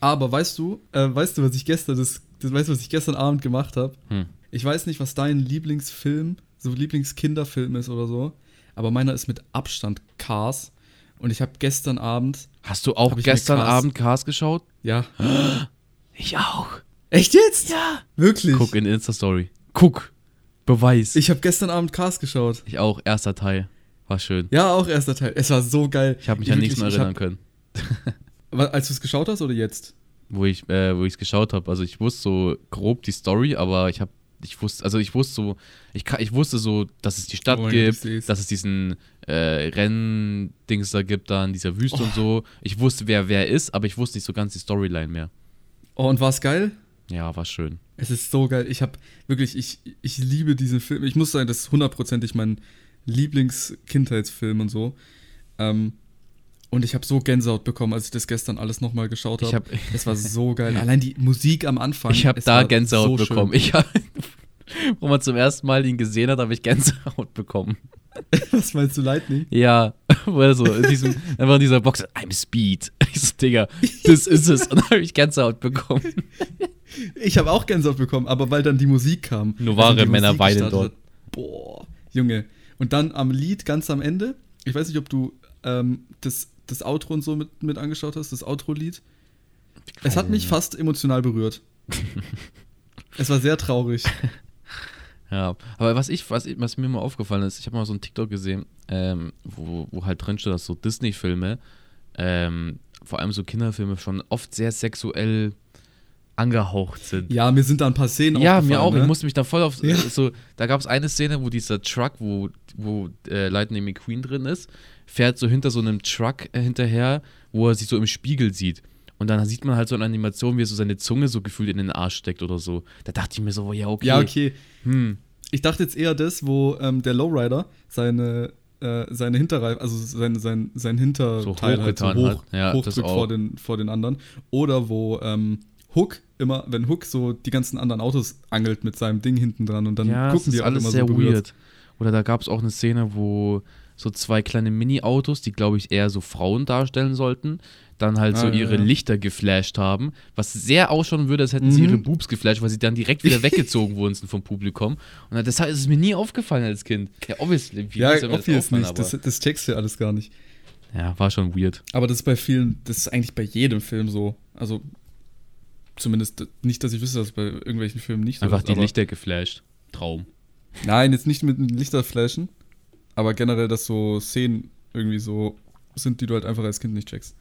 [SPEAKER 1] Aber weißt du, äh, weißt du, was ich gestern, das, das, weißt du, was ich gestern Abend gemacht habe?
[SPEAKER 2] Hm.
[SPEAKER 1] Ich weiß nicht, was dein Lieblingsfilm, so Lieblingskinderfilm ist oder so, aber meiner ist mit Abstand Cars. Und ich habe gestern Abend,
[SPEAKER 2] Hast du auch
[SPEAKER 1] Hab ich mir
[SPEAKER 2] gestern
[SPEAKER 1] Cars-
[SPEAKER 2] Abend Cars geschaut?
[SPEAKER 1] ja.
[SPEAKER 2] Ich auch.
[SPEAKER 1] Echt jetzt? Ja. Wirklich?
[SPEAKER 2] Guck in Insta-Story. Guck. Beweis.
[SPEAKER 1] Ich habe gestern Abend Cars geschaut.
[SPEAKER 2] Ich auch. Erster Teil. War schön.
[SPEAKER 1] Ja, auch erster Teil. Es war so geil.
[SPEAKER 2] Ich habe mich an nichts mehr
[SPEAKER 1] wirklich,
[SPEAKER 2] erinnern können.
[SPEAKER 1] ich hab- wa- als du es geschaut hast oder jetzt?
[SPEAKER 2] wo ich äh, wo ich es geschaut habe. Also ich wusste so grob die Story, aber ich habe ich wusste also ich wusste so ich ka- ich wusste so, dass es die Stadt
[SPEAKER 1] Oh mein Gott, ich
[SPEAKER 2] gibt,
[SPEAKER 1] seh's.
[SPEAKER 2] dass es diesen äh, Renndings da gibt, da in dieser Wüste und so. Ich wusste wer wer ist, aber ich wusste nicht so ganz die Storyline mehr.
[SPEAKER 1] Oh, und war es geil?
[SPEAKER 2] Ja, war schön.
[SPEAKER 1] Es ist so geil. Ich habe wirklich, ich, ich liebe diesen Film. Ich muss sagen, das ist hundertprozentig mein Lieblingskindheitsfilm und so. Ähm, und ich habe so Gänsehaut bekommen, als ich das gestern alles nochmal geschaut
[SPEAKER 2] Ich
[SPEAKER 1] habe.
[SPEAKER 2] hab-
[SPEAKER 1] Es war
[SPEAKER 2] [LAUGHS]
[SPEAKER 1] so geil. Allein die Musik am Anfang.
[SPEAKER 2] ich habe
[SPEAKER 1] es
[SPEAKER 2] da
[SPEAKER 1] war
[SPEAKER 2] Gänsehaut
[SPEAKER 1] so schön. [LAUGHS]
[SPEAKER 2] bekommen. [LAUGHS] Ich hab, wo man zum ersten Mal ihn gesehen hat, habe ich Gänsehaut bekommen.
[SPEAKER 1] Was meinst du, Lightning?
[SPEAKER 2] Ja, [LAUGHS] weil so in diesem, einfach in dieser Box, I'm Speed. [LAUGHS] Ich so, Digga, das ist es. Und dann habe ich Gänsehaut bekommen.
[SPEAKER 1] Ich habe auch Gänsehaut bekommen, aber weil dann die Musik kam.
[SPEAKER 2] Nur
[SPEAKER 1] Als dann
[SPEAKER 2] wahre
[SPEAKER 1] die
[SPEAKER 2] Männer
[SPEAKER 1] Musik
[SPEAKER 2] weinen
[SPEAKER 1] gestartet
[SPEAKER 2] dort.
[SPEAKER 1] hat. Boah, Junge. Und dann am Lied ganz am Ende, ich weiß nicht, ob du ähm, das, das Outro und so mit, mit angeschaut hast, das Outro-Lied. Es hat mich fast emotional
[SPEAKER 2] [LAUGHS]
[SPEAKER 1] berührt. es war sehr traurig.
[SPEAKER 2] Ja, aber was ich, was, ich- was mir mal aufgefallen ist, ich habe mal so einen TikTok gesehen, ähm, wo, wo halt drin steht, dass so Disney-Filme, ähm, vor allem so Kinderfilme, schon oft sehr sexuell angehaucht sind.
[SPEAKER 1] Ja, mir sind da ein paar Szenen
[SPEAKER 2] Ja, mir auch.
[SPEAKER 1] aufgefallen,
[SPEAKER 2] Ich
[SPEAKER 1] ne?
[SPEAKER 2] musste mich da voll auf.
[SPEAKER 1] Ja.
[SPEAKER 2] [LAUGHS] So, da gab es eine Szene, wo dieser Truck, wo, wo äh, Lightning McQueen drin ist, fährt so hinter so einem Truck äh, hinterher, wo er sich so im Spiegel sieht. Und dann sieht man halt so eine Animation, wie er so seine Zunge so gefühlt in den Arsch steckt oder so. Da dachte ich mir so, ja, okay.
[SPEAKER 1] Ja, okay.
[SPEAKER 2] Hm.
[SPEAKER 1] Ich dachte jetzt eher das, wo ähm, der Lowrider seine, äh, seine Hinterreifen, also sein, sein, sein
[SPEAKER 2] So
[SPEAKER 1] Hinterteil halt so
[SPEAKER 2] hochgetan
[SPEAKER 1] hoch,
[SPEAKER 2] hat. Ja, das
[SPEAKER 1] hochdrückt
[SPEAKER 2] auch.
[SPEAKER 1] vor den, vor den anderen. Oder wo ähm, Hook immer, wenn Hook so die ganzen anderen Autos angelt mit seinem Ding hinten dran und dann
[SPEAKER 2] ja,
[SPEAKER 1] gucken
[SPEAKER 2] es
[SPEAKER 1] die
[SPEAKER 2] ist
[SPEAKER 1] auch
[SPEAKER 2] alles
[SPEAKER 1] immer
[SPEAKER 2] sehr
[SPEAKER 1] so berührt.
[SPEAKER 2] weird. Oder da gab es auch eine Szene, wo so zwei kleine Mini-Autos, die, glaube ich, eher so Frauen darstellen sollten, dann halt so
[SPEAKER 1] Ah, ja,
[SPEAKER 2] ihre
[SPEAKER 1] ja.
[SPEAKER 2] Lichter geflasht haben, was sehr ausschauen würde, als hätten sie
[SPEAKER 1] Mhm.
[SPEAKER 2] ihre Boobs geflasht, weil sie dann
[SPEAKER 1] [LAUGHS]
[SPEAKER 2] direkt wieder weggezogen wurden sind vom Publikum. Und dann- deshalb ist es mir nie aufgefallen als Kind. Ja, obviously. wie
[SPEAKER 1] Ja,
[SPEAKER 2] soll mir das
[SPEAKER 1] obvious
[SPEAKER 2] auffallen,
[SPEAKER 1] nicht.
[SPEAKER 2] aber-
[SPEAKER 1] Das, das checkst du ja alles gar nicht.
[SPEAKER 2] ja, war schon weird.
[SPEAKER 1] Aber das ist bei vielen, das ist eigentlich bei jedem Film so. Also zumindest nicht, dass ich wüsste, dass es bei irgendwelchen Filmen nicht so
[SPEAKER 2] Einfach
[SPEAKER 1] ist.
[SPEAKER 2] die
[SPEAKER 1] aber-
[SPEAKER 2] Lichter geflasht. Traum.
[SPEAKER 1] Nein, jetzt nicht mit Lichterflaschen, aber generell, dass so Szenen irgendwie so sind, die du halt einfach als Kind nicht checkst.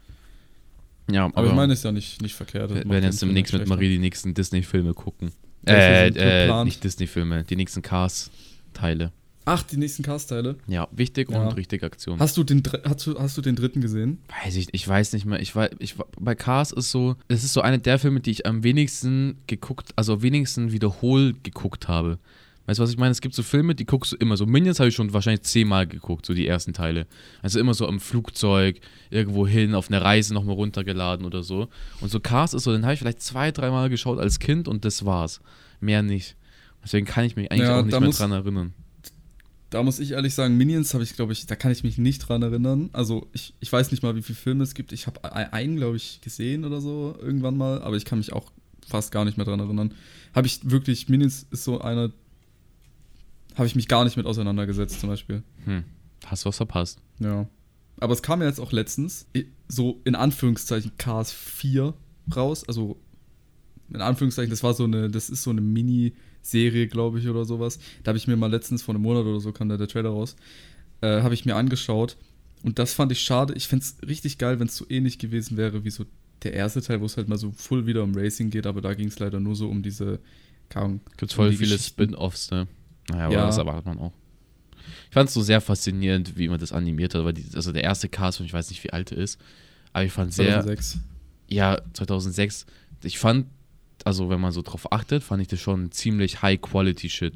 [SPEAKER 2] Ja,
[SPEAKER 1] Aber, ich meine, ist ja nicht, nicht ne? verkehrt.
[SPEAKER 2] Wir werden jetzt demnächst mit Marie die nächsten Disney-Filme gucken.
[SPEAKER 1] Ja,
[SPEAKER 2] Äh,
[SPEAKER 1] das ist
[SPEAKER 2] äh
[SPEAKER 1] geplant.
[SPEAKER 2] nicht Disney-Filme, die nächsten Cars-Teile.
[SPEAKER 1] Ach, die nächsten Cast-Teile.
[SPEAKER 2] Ja, wichtig
[SPEAKER 1] Ja.
[SPEAKER 2] und richtig Aktion.
[SPEAKER 1] Hast du, den, dr- hast, du, hast du den dritten gesehen?
[SPEAKER 2] weiß ich, ich weiß nicht mehr. Ich war, ich war, bei Cars ist so, es ist so eine der Filme, die ich am wenigsten geguckt, also am wenigsten wiederhol geguckt habe. Weißt du, was ich meine? Es gibt so Filme, die guckst du immer. So Minions habe ich schon wahrscheinlich zehnmal geguckt, so die ersten Teile. Also immer so am Flugzeug, irgendwo hin, auf einer Reise nochmal runtergeladen oder so. Und so Cars ist so, den habe ich vielleicht zwei, dreimal geschaut als Kind und das war's. Mehr nicht. Deswegen kann ich mich eigentlich
[SPEAKER 1] Ja,
[SPEAKER 2] auch nicht
[SPEAKER 1] da
[SPEAKER 2] mehr
[SPEAKER 1] muss-
[SPEAKER 2] dran erinnern.
[SPEAKER 1] Da muss ich ehrlich sagen, Minions habe ich, glaube ich, da kann ich mich nicht dran erinnern. Also ich, ich weiß nicht mal, wie viele Filme es gibt. Ich habe e- einen, glaube ich, gesehen oder so irgendwann mal, aber ich kann mich auch fast gar nicht mehr dran erinnern. Habe ich wirklich, Minions ist so einer, habe ich mich gar nicht mit auseinandergesetzt zum Beispiel.
[SPEAKER 2] Hm, hast was verpasst.
[SPEAKER 1] Ja. Aber es kam ja jetzt auch letztens, i- so in Anführungszeichen Cars 4 raus. Also in Anführungszeichen, das war so eine, das ist so eine Mini-Serie, glaube ich, oder sowas. Da habe ich mir mal letztens vor einem Monat oder so kam da der Trailer raus. Äh, habe ich mir angeschaut. Und das fand ich schade. Ich fände es richtig geil, wenn es so ähnlich gewesen wäre wie so der erste Teil, wo es halt mal so voll wieder um Racing geht, aber da ging es leider nur so um diese keine Ahnung,
[SPEAKER 2] Gibt voll
[SPEAKER 1] Um die
[SPEAKER 2] viele
[SPEAKER 1] Geschichten.
[SPEAKER 2] Spin-Offs, ne? Naja, aber
[SPEAKER 1] Ja.
[SPEAKER 2] das erwartet man auch. Ich fand es so sehr faszinierend, wie man das animiert hat, weil die, also der erste Cast, ich weiß nicht, wie alt er ist, aber ich fand sehr,
[SPEAKER 1] 2006.
[SPEAKER 2] ja, 2006, ich fand, also wenn man so drauf achtet, fand ich das schon ziemlich High-Quality-Shit.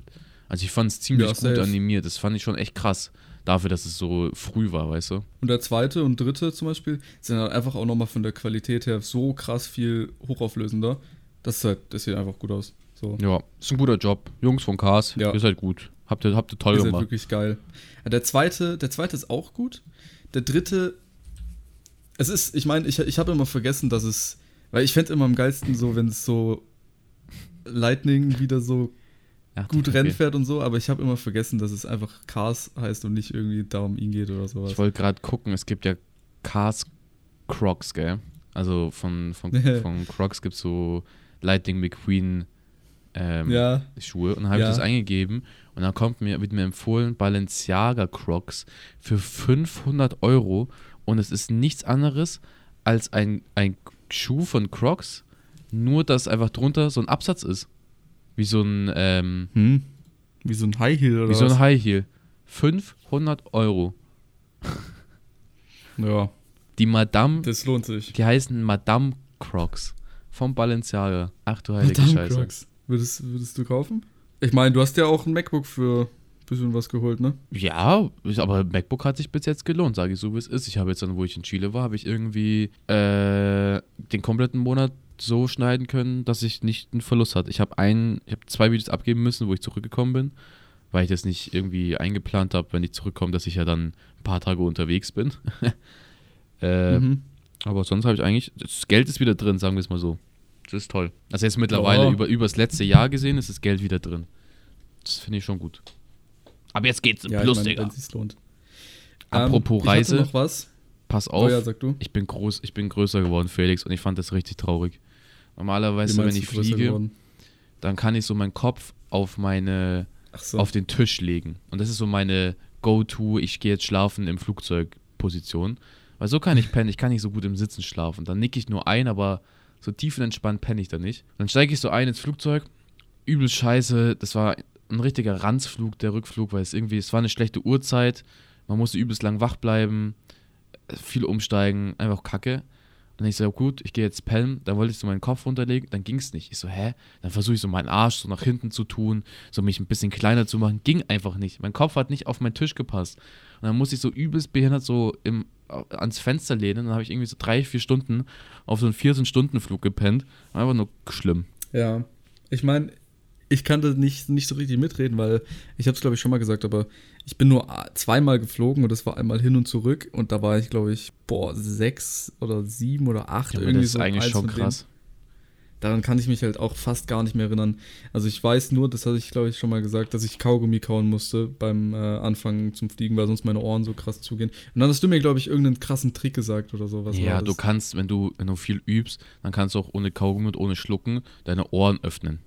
[SPEAKER 2] Also ich fand es ziemlich
[SPEAKER 1] Ja,
[SPEAKER 2] gut
[SPEAKER 1] safe.
[SPEAKER 2] animiert, das fand ich schon echt krass, dafür, dass es so früh war, weißt du?
[SPEAKER 1] Und der zweite und dritte zum Beispiel sind halt einfach auch nochmal von der Qualität her so krass viel hochauflösender. Das, ist halt, das sieht einfach gut aus. So.
[SPEAKER 2] Ja, ist ein guter Job. Jungs von Cars,
[SPEAKER 1] Ja.
[SPEAKER 2] ihr seid gut. Habt ihr, habt ihr toll
[SPEAKER 1] ist halt
[SPEAKER 2] gemacht.
[SPEAKER 1] wirklich geil. Ja, Der zweite, der zweite ist auch gut. Der dritte, es ist, ich meine, ich, ich habe immer vergessen, dass es, weil ich fände immer am geilsten so, wenn es so Lightning wieder so
[SPEAKER 2] Ja,
[SPEAKER 1] gut
[SPEAKER 2] okay.
[SPEAKER 1] Rennen fährt und so, aber ich habe immer vergessen, dass es einfach Cars heißt und nicht irgendwie da um ihn geht oder sowas.
[SPEAKER 2] Ich wollte gerade gucken, es gibt ja Cars Crocs, gell? Also von,
[SPEAKER 1] [LAUGHS]
[SPEAKER 2] von, von Crocs gibt es so Lightning McQueen ähm,
[SPEAKER 1] ja.
[SPEAKER 2] Schuhe und dann habe
[SPEAKER 1] Ja.
[SPEAKER 2] ich das eingegeben und dann kommt mir, wird mir empfohlen Balenciaga Crocs für 500 Euro und es ist nichts anderes als ein, ein Schuh von Crocs, nur dass einfach drunter so ein Absatz ist. Wie so ein, ähm,
[SPEAKER 1] Hm. Wie so ein High Heel oder
[SPEAKER 2] wie so
[SPEAKER 1] was?
[SPEAKER 2] ein High Heel. 500 Euro.
[SPEAKER 1] ja,
[SPEAKER 2] Die Madame
[SPEAKER 1] das lohnt sich.
[SPEAKER 2] Die heißen Madame Crocs vom Balenciaga. Ach du heilige
[SPEAKER 1] Verdammt,
[SPEAKER 2] Scheiße.
[SPEAKER 1] Crocs. Würdest, würdest du kaufen? Ich meine, du hast ja auch ein MacBook für ein bisschen was geholt, ne?
[SPEAKER 2] Ja, ist- aber MacBook hat sich bis jetzt gelohnt, sage ich so, wie es ist. Ich habe jetzt dann, wo ich in Chile war, habe ich irgendwie äh, den kompletten Monat so schneiden können, dass ich nicht einen Verlust hatte. Ich habe einen, ich habe zwei Videos abgeben müssen, wo ich zurückgekommen bin, weil ich das nicht irgendwie eingeplant habe, wenn ich zurückkomme, dass ich ja dann ein paar Tage unterwegs bin. [LAUGHS] äh,
[SPEAKER 1] Mhm.
[SPEAKER 2] Aber sonst habe ich eigentlich, das Geld ist wieder drin, sagen wir es mal so. Das ist toll. Also jetzt mittlerweile,
[SPEAKER 1] Ja.
[SPEAKER 2] über, über das letzte Jahr gesehen, ist das Geld wieder drin. Das finde ich schon gut. Aber jetzt geht's im
[SPEAKER 1] Ja,
[SPEAKER 2] Plus,
[SPEAKER 1] ich meine,
[SPEAKER 2] Digga.
[SPEAKER 1] wenn sich's lohnt.
[SPEAKER 2] Apropos
[SPEAKER 1] Ähm, ich hatte
[SPEAKER 2] Reise.
[SPEAKER 1] noch was.
[SPEAKER 2] Pass
[SPEAKER 1] Oh
[SPEAKER 2] auf,
[SPEAKER 1] ja, sag du.
[SPEAKER 2] ich bin groß, ich bin größer geworden, Felix, und ich fand das richtig traurig. Normalerweise,
[SPEAKER 1] Wie
[SPEAKER 2] wenn
[SPEAKER 1] meinst
[SPEAKER 2] ich
[SPEAKER 1] du, größer
[SPEAKER 2] fliege,
[SPEAKER 1] geworden?
[SPEAKER 2] dann kann ich so meinen Kopf auf meine,
[SPEAKER 1] Ach so.
[SPEAKER 2] auf den Tisch legen. Und das ist so meine Go-To, ich gehe jetzt schlafen im Flugzeug-Position. Weil so kann ich pennen, ich kann nicht so gut im Sitzen schlafen. Dann nicke ich nur ein, aber so tiefenentspannt penne ich da nicht. Dann steige ich so ein ins Flugzeug, übel scheiße, das war ein richtiger Ranzflug, der Rückflug, weil es irgendwie, es war eine schlechte Uhrzeit, man musste übelst lang wach bleiben, viel umsteigen, einfach kacke. Und ich so, ja gut, ich gehe jetzt pennen. Dann wollte ich so meinen Kopf runterlegen, dann ging es nicht. Ich so, hä? Dann versuche ich so meinen Arsch so nach hinten zu tun, so mich ein bisschen kleiner zu machen. Ging einfach nicht. Mein Kopf hat nicht auf meinen Tisch gepasst. Und dann musste ich so übelst behindert so im, ans Fenster lehnen. Dann habe ich irgendwie so drei, vier Stunden auf so einen 14-Stunden-Flug gepennt. War Einfach nur schlimm.
[SPEAKER 1] Ja. Ich meine, ich kann da nicht, nicht so richtig mitreden, weil ich habe es, glaube ich, schon mal gesagt, aber ich bin nur a- zweimal geflogen und das war einmal hin und zurück und da war ich, glaube ich, boah, sechs oder sieben oder acht.
[SPEAKER 2] Ja, aber
[SPEAKER 1] irgendwie
[SPEAKER 2] das ist
[SPEAKER 1] so
[SPEAKER 2] eigentlich
[SPEAKER 1] eins
[SPEAKER 2] schon
[SPEAKER 1] von denen.
[SPEAKER 2] krass.
[SPEAKER 1] Daran kann ich mich halt auch fast gar nicht mehr erinnern. Also ich weiß nur, das hatte ich, glaube ich, schon mal gesagt, dass ich Kaugummi kauen musste beim äh, Anfang zum Fliegen, weil sonst meine Ohren so krass zugehen. Und dann hast du mir, glaube ich, irgendeinen krassen Trick gesagt oder so. Was war
[SPEAKER 2] Ja,
[SPEAKER 1] das?
[SPEAKER 2] du kannst, wenn du, wenn du viel übst, dann kannst du auch ohne Kaugummi und ohne Schlucken deine Ohren öffnen.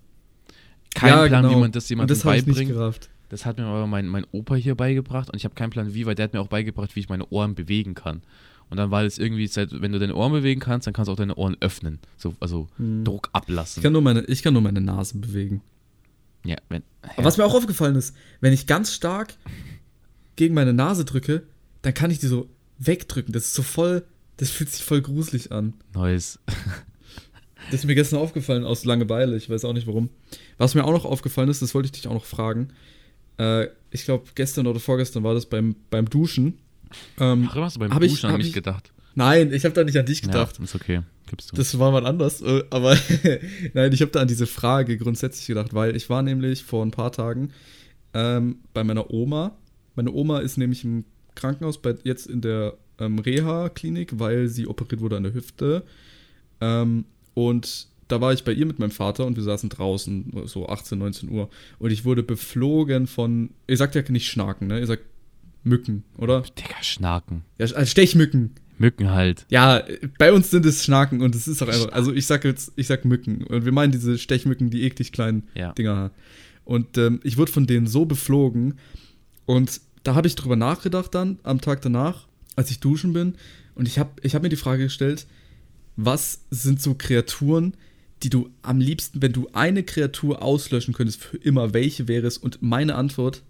[SPEAKER 2] Kein
[SPEAKER 1] Ja,
[SPEAKER 2] Plan,
[SPEAKER 1] genau.
[SPEAKER 2] wie man das
[SPEAKER 1] Und
[SPEAKER 2] jemandem
[SPEAKER 1] das habe ich nicht
[SPEAKER 2] beibringt.
[SPEAKER 1] gerafft.
[SPEAKER 2] Das hat mir aber mein, mein Opa hier beigebracht und ich habe keinen Plan wie, weil der hat mir auch beigebracht, wie ich meine Ohren bewegen kann. Und dann war das irgendwie, seit, wenn du deine Ohren bewegen kannst, dann kannst du auch deine Ohren öffnen. So, also
[SPEAKER 1] Hm.
[SPEAKER 2] Druck ablassen.
[SPEAKER 1] Ich kann, nur meine, ich kann nur meine Nase bewegen.
[SPEAKER 2] ja, wenn,
[SPEAKER 1] Aber was mir auch aufgefallen ist, wenn ich ganz stark gegen meine Nase drücke, dann kann ich die so wegdrücken. Das ist so voll, das fühlt sich voll gruselig an.
[SPEAKER 2] Neues.
[SPEAKER 1] Das ist mir gestern aufgefallen aus Langeweile, ich weiß auch nicht warum. Was mir auch noch aufgefallen ist, das wollte ich dich auch noch fragen. Äh, ich glaube, gestern oder vorgestern war das beim, beim Duschen. Ähm,
[SPEAKER 2] Warum hast du beim
[SPEAKER 1] Hab ich-
[SPEAKER 2] Duschen an
[SPEAKER 1] hab
[SPEAKER 2] mich
[SPEAKER 1] ich
[SPEAKER 2] gedacht?
[SPEAKER 1] nein, ich habe da nicht an dich
[SPEAKER 2] Ja,
[SPEAKER 1] gedacht.
[SPEAKER 2] ist okay. Gibst du.
[SPEAKER 1] Das war mal anders, äh, aber [LAUGHS] nein, ich habe da an diese Frage grundsätzlich gedacht, weil ich war nämlich vor ein paar Tagen ähm, bei meiner Oma. Meine Oma ist nämlich im Krankenhaus, bei, jetzt in der ähm, Reha-Klinik, weil sie operiert wurde an der Hüfte. Ähm, und da war ich bei ihr mit meinem Vater und wir saßen draußen, so 18, 19 Uhr. Und ich wurde beflogen von, ihr sagt ja nicht Schnaken, ne? Ihr sagt Mücken, oder?
[SPEAKER 2] Digga, Schnaken.
[SPEAKER 1] Ja, also Stechmücken.
[SPEAKER 2] Mücken halt.
[SPEAKER 1] Ja, bei uns sind es Schnaken und es ist auch einfach. Also ich sag jetzt, ich sag Mücken. Und wir meinen diese Stechmücken, die eklig kleinen
[SPEAKER 2] Ja.
[SPEAKER 1] Dinger. Und ähm, ich wurde von denen so beflogen. Und da habe ich drüber nachgedacht dann, am Tag danach, als ich duschen bin. Und ich habe ich hab mir die Frage gestellt, was sind so Kreaturen, die du am liebsten, wenn du eine Kreatur auslöschen könntest, für immer, welche wäre es? Und meine Antwort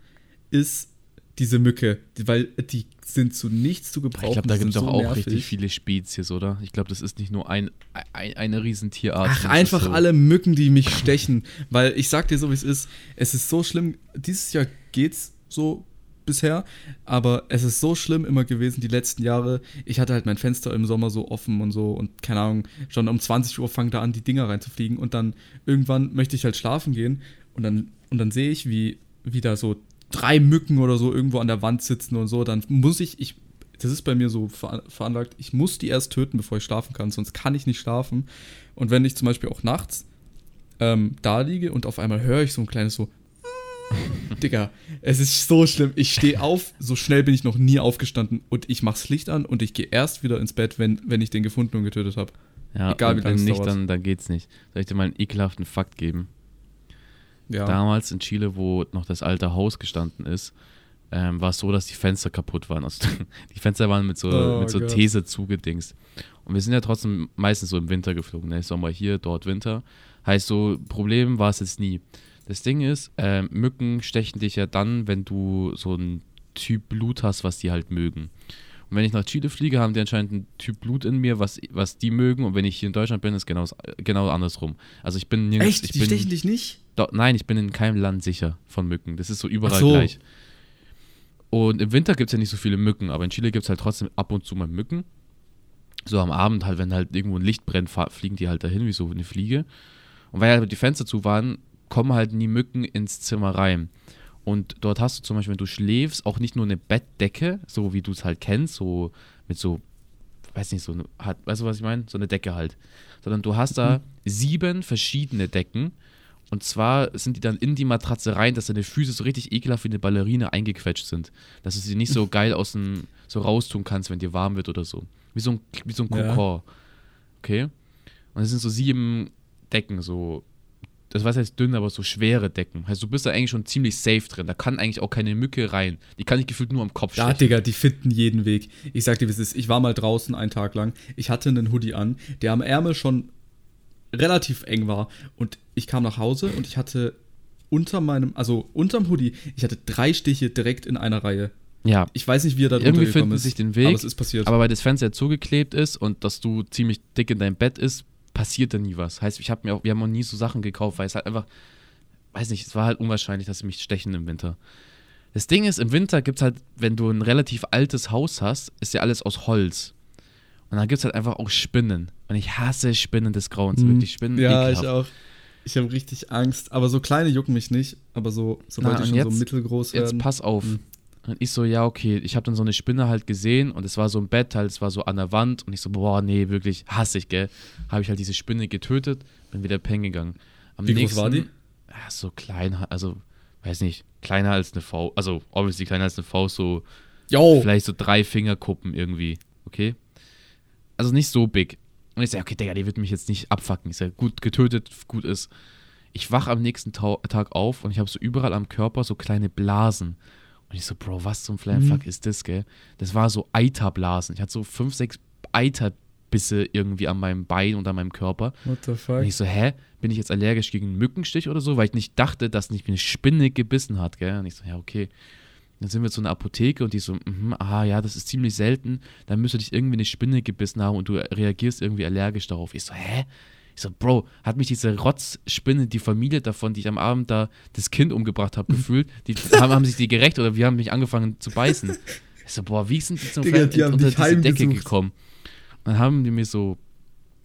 [SPEAKER 1] ist diese Mücke, die- weil die sind zu nichts zu gebrauchen.
[SPEAKER 2] Ich glaube, da
[SPEAKER 1] die
[SPEAKER 2] gibt es
[SPEAKER 1] sind
[SPEAKER 2] auch,
[SPEAKER 1] so
[SPEAKER 2] auch
[SPEAKER 1] nervig.
[SPEAKER 2] richtig viele Spezies, oder? Ich glaube, das ist nicht nur ein, ein, eine Riesentierart.
[SPEAKER 1] Ach,
[SPEAKER 2] sondern es
[SPEAKER 1] einfach
[SPEAKER 2] ist so-
[SPEAKER 1] alle Mücken, die mich stechen. Weil ich sag dir so, wie es ist. Es ist so schlimm. Dieses Jahr geht's so bisher. Aber es ist so schlimm immer gewesen, die letzten Jahre. Ich hatte halt mein Fenster im Sommer so offen und so. Und keine Ahnung, schon um 20 Uhr fangen da an, die Dinger reinzufliegen. Und dann irgendwann möchte ich halt schlafen gehen. Und dann, und dann sehe ich, wie, wie da so drei Mücken oder so irgendwo an der Wand sitzen und so. Dann muss ich, ich das ist bei mir so ver- veranlagt, ich muss die erst töten, bevor ich schlafen kann, sonst kann ich nicht schlafen. Und wenn ich zum Beispiel auch nachts ähm, da liege und auf einmal höre ich so ein kleines so, [LAUGHS] Digga, es ist so schlimm. Ich stehe auf, so schnell bin ich noch nie aufgestanden und ich mach's Licht an und ich gehe erst wieder ins Bett, wenn, wenn ich den gefunden und getötet habe.
[SPEAKER 2] Ja,
[SPEAKER 1] egal,
[SPEAKER 2] und
[SPEAKER 1] wie lange
[SPEAKER 2] Wenn
[SPEAKER 1] es
[SPEAKER 2] nicht,
[SPEAKER 1] dauert.
[SPEAKER 2] dann, dann geht's nicht. Soll ich dir mal einen ekelhaften Fakt geben?
[SPEAKER 1] Ja.
[SPEAKER 2] Damals in Chile, wo noch das alte Haus gestanden ist, ähm, war es so, dass die Fenster kaputt waren. Also, [LAUGHS] die Fenster waren mit so,
[SPEAKER 1] Oh
[SPEAKER 2] mit so
[SPEAKER 1] Gott.
[SPEAKER 2] These zugedingst. Und wir sind ja trotzdem meistens so im Winter geflogen. Ne? Sommer hier, dort Winter. Heißt so, Problem war es jetzt nie. Das Ding ist, ähm, Mücken stechen dich ja dann, wenn du so ein Typ Blut hast, was die halt mögen. Und wenn ich nach Chile fliege, haben die anscheinend einen Typ Blut in mir, was, was die mögen. Und wenn ich hier in Deutschland bin, ist genau, das- genau andersrum. Also ich bin nirgends-
[SPEAKER 1] Echt?
[SPEAKER 2] Ich
[SPEAKER 1] Die
[SPEAKER 2] bin,
[SPEAKER 1] stechen dich nicht?
[SPEAKER 2] doch, nein, ich bin in keinem Land sicher von Mücken. Das ist so überall
[SPEAKER 1] Ach so.
[SPEAKER 2] gleich. Und im Winter gibt es ja nicht so viele Mücken, aber in Chile gibt es halt trotzdem ab und zu mal Mücken. So am Abend halt, wenn halt irgendwo ein Licht brennt, fa- fliegen die halt dahin wie so eine Fliege. Und weil halt die Fenster zu waren, kommen halt nie Mücken ins Zimmer rein. Und dort hast du zum Beispiel, wenn du schläfst, auch nicht nur eine Bettdecke, so wie du es halt kennst, so mit so, weiß nicht, so eine, hat, weißt du, was ich meine? So eine Decke halt. Sondern du hast da sieben verschiedene Decken. Und zwar sind die dann in die Matratze rein, dass deine Füße so richtig ekelhaft wie eine Ballerine eingequetscht sind. Dass du sie nicht so geil aus dem, so raustun kannst, wenn dir warm wird oder so. Wie so ein, wie so ein
[SPEAKER 1] Ja.
[SPEAKER 2] Kokon. Okay? Und es sind so sieben Decken, so das was heißt dünn, aber so schwere Decken. Heißt, du bist da eigentlich schon ziemlich safe drin. Da kann eigentlich auch keine Mücke rein. Die kann ich gefühlt nur am Kopf
[SPEAKER 1] Ja,
[SPEAKER 2] stechen.
[SPEAKER 1] Digga, die finden jeden Weg. Ich sag dir, wie es ist. Ich war mal draußen einen Tag lang. Ich hatte einen Hoodie an, der am Ärmel schon relativ eng war. Und ich kam nach Hause und ich hatte unter meinem, also unterm Hoodie, ich hatte drei Stiche direkt in einer Reihe.
[SPEAKER 2] Ja.
[SPEAKER 1] Ich weiß nicht, wie er da drunter
[SPEAKER 2] Irgendwie finden
[SPEAKER 1] gekommen
[SPEAKER 2] sie
[SPEAKER 1] ist,
[SPEAKER 2] sich den Weg,
[SPEAKER 1] Aber es ist passiert.
[SPEAKER 2] Aber weil das Fenster zugeklebt ist und dass du ziemlich dick in deinem Bett ist, passiert da nie was. Heißt, ich hab mir auch, wir haben auch nie so Sachen gekauft, weil es halt einfach, weiß nicht, es war halt unwahrscheinlich, dass sie mich stechen im Winter. Das Ding ist, im Winter gibt es halt, wenn du ein relativ altes Haus hast, ist ja alles aus Holz. Und dann gibt es halt einfach auch Spinnen. Und ich hasse Spinnen des Grauens, wirklich Spinnen.
[SPEAKER 1] Mhm. ja,
[SPEAKER 2] ekelhaft.
[SPEAKER 1] ich auch. Ich habe richtig Angst. Aber so kleine jucken mich nicht. Aber so, sobald
[SPEAKER 2] Na,
[SPEAKER 1] die
[SPEAKER 2] und
[SPEAKER 1] schon so
[SPEAKER 2] jetzt-
[SPEAKER 1] mittelgroß
[SPEAKER 2] Jetzt
[SPEAKER 1] werden.
[SPEAKER 2] pass auf.
[SPEAKER 1] Mhm.
[SPEAKER 2] Und ich so, ja, okay. Ich habe dann so eine Spinne halt gesehen und es war so ein Bett halt, es war so an der Wand und ich so, boah, nee, wirklich hassig, gell. Habe ich halt diese Spinne getötet, bin wieder pennen gegangen. Am
[SPEAKER 1] Wie groß war die?
[SPEAKER 2] Ja, so klein, also, weiß nicht, kleiner als eine Faust, also, obviously kleiner als eine Faust, so
[SPEAKER 1] Yo!
[SPEAKER 2] Vielleicht so drei Fingerkuppen irgendwie, okay? Also nicht so big. Und ich sage, okay, Digga, die wird mich jetzt nicht abfacken. Ist ja gut getötet, gut ist. Ich wach am nächsten Tau Tag auf und ich habe so überall am Körper so kleine Blasen. Und ich so, Bro, was zum Flying
[SPEAKER 1] Mhm.
[SPEAKER 2] Fuck ist das, gell? Das war so Eiterblasen. Ich hatte so fünf, sechs Eiterbisse irgendwie an meinem Bein und an meinem Körper.
[SPEAKER 1] What the
[SPEAKER 2] Und
[SPEAKER 1] fuck?
[SPEAKER 2] ich so, hä? Bin ich jetzt allergisch gegen einen Mückenstich oder so? Weil ich nicht dachte, dass mich eine Spinne gebissen hat, gell? Und ich so, ja, okay. Dann sind wir zu einer Apotheke und die so, mhm, ah ja, das ist ziemlich selten. Dann müsste dich irgendwie eine Spinne gebissen haben und du reagierst irgendwie allergisch darauf. Ich so, hä? Ich so, Bro, hat mich diese Rotzspinne, die Familie davon, die ich am Abend da das Kind
[SPEAKER 1] [LAUGHS]
[SPEAKER 2] umgebracht habe, gefühlt, die haben, haben sich die gerecht oder wir haben mich angefangen zu beißen. Ich so, boah, wie sind die zum
[SPEAKER 1] Digga, die
[SPEAKER 2] Feind-
[SPEAKER 1] haben
[SPEAKER 2] unter
[SPEAKER 1] dich
[SPEAKER 2] diese Decke
[SPEAKER 1] heimgesucht.
[SPEAKER 2] gekommen? Und dann haben die mir so,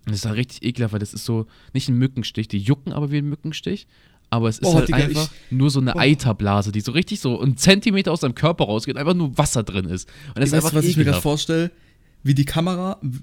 [SPEAKER 2] das ist halt richtig ekelhaft, weil das ist so, nicht ein Mückenstich, die jucken aber wie ein Mückenstich, aber es ist
[SPEAKER 1] Boah,
[SPEAKER 2] halt
[SPEAKER 1] Oh, Digga, Oh.
[SPEAKER 2] einfach nur so eine
[SPEAKER 1] Boah.
[SPEAKER 2] Eiterblase, die so richtig so einen Zentimeter aus deinem Körper rausgeht, einfach nur Wasser drin ist. Und das ist
[SPEAKER 1] weißt
[SPEAKER 2] einfach
[SPEAKER 1] du, was ich mir gerade
[SPEAKER 2] ekelhaft.
[SPEAKER 1] vorstelle? Wie die Kamera, w-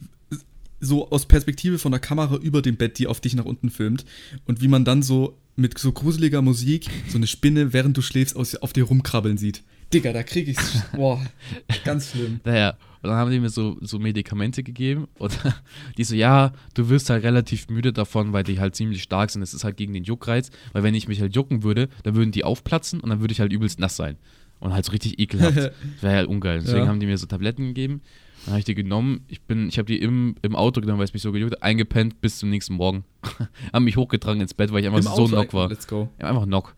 [SPEAKER 1] so aus Perspektive von der Kamera über dem Bett, die auf dich nach unten filmt. Und wie man dann so mit so gruseliger Musik so eine Spinne, während du schläfst, aus, auf dir rumkrabbeln sieht. Digga, da krieg ich's. Boah,
[SPEAKER 2] [LAUGHS]
[SPEAKER 1] ganz schlimm.
[SPEAKER 2] Naja, und dann haben die mir so, so Medikamente gegeben und [LAUGHS] die so, ja, du wirst halt relativ müde davon, weil die halt ziemlich stark sind. Es ist halt gegen den Juckreiz, weil wenn ich mich halt jucken würde, dann würden die aufplatzen und dann würde ich halt übelst nass sein. Und halt so
[SPEAKER 1] [LAUGHS]
[SPEAKER 2] richtig ekelhaft. Das wäre halt ungeil. Deswegen
[SPEAKER 1] Ja.
[SPEAKER 2] haben die mir so Tabletten gegeben. Dann habe ich die genommen. Ich bin, ich habe die im, im Auto genommen, weil es mich so gejuckt hat, eingepennt bis zum nächsten Morgen. [LAUGHS] haben mich hochgetragen ins Bett, weil ich einfach
[SPEAKER 1] Im
[SPEAKER 2] so
[SPEAKER 1] Auto,
[SPEAKER 2] knock war.
[SPEAKER 1] Let's go.
[SPEAKER 2] Ja, einfach knock.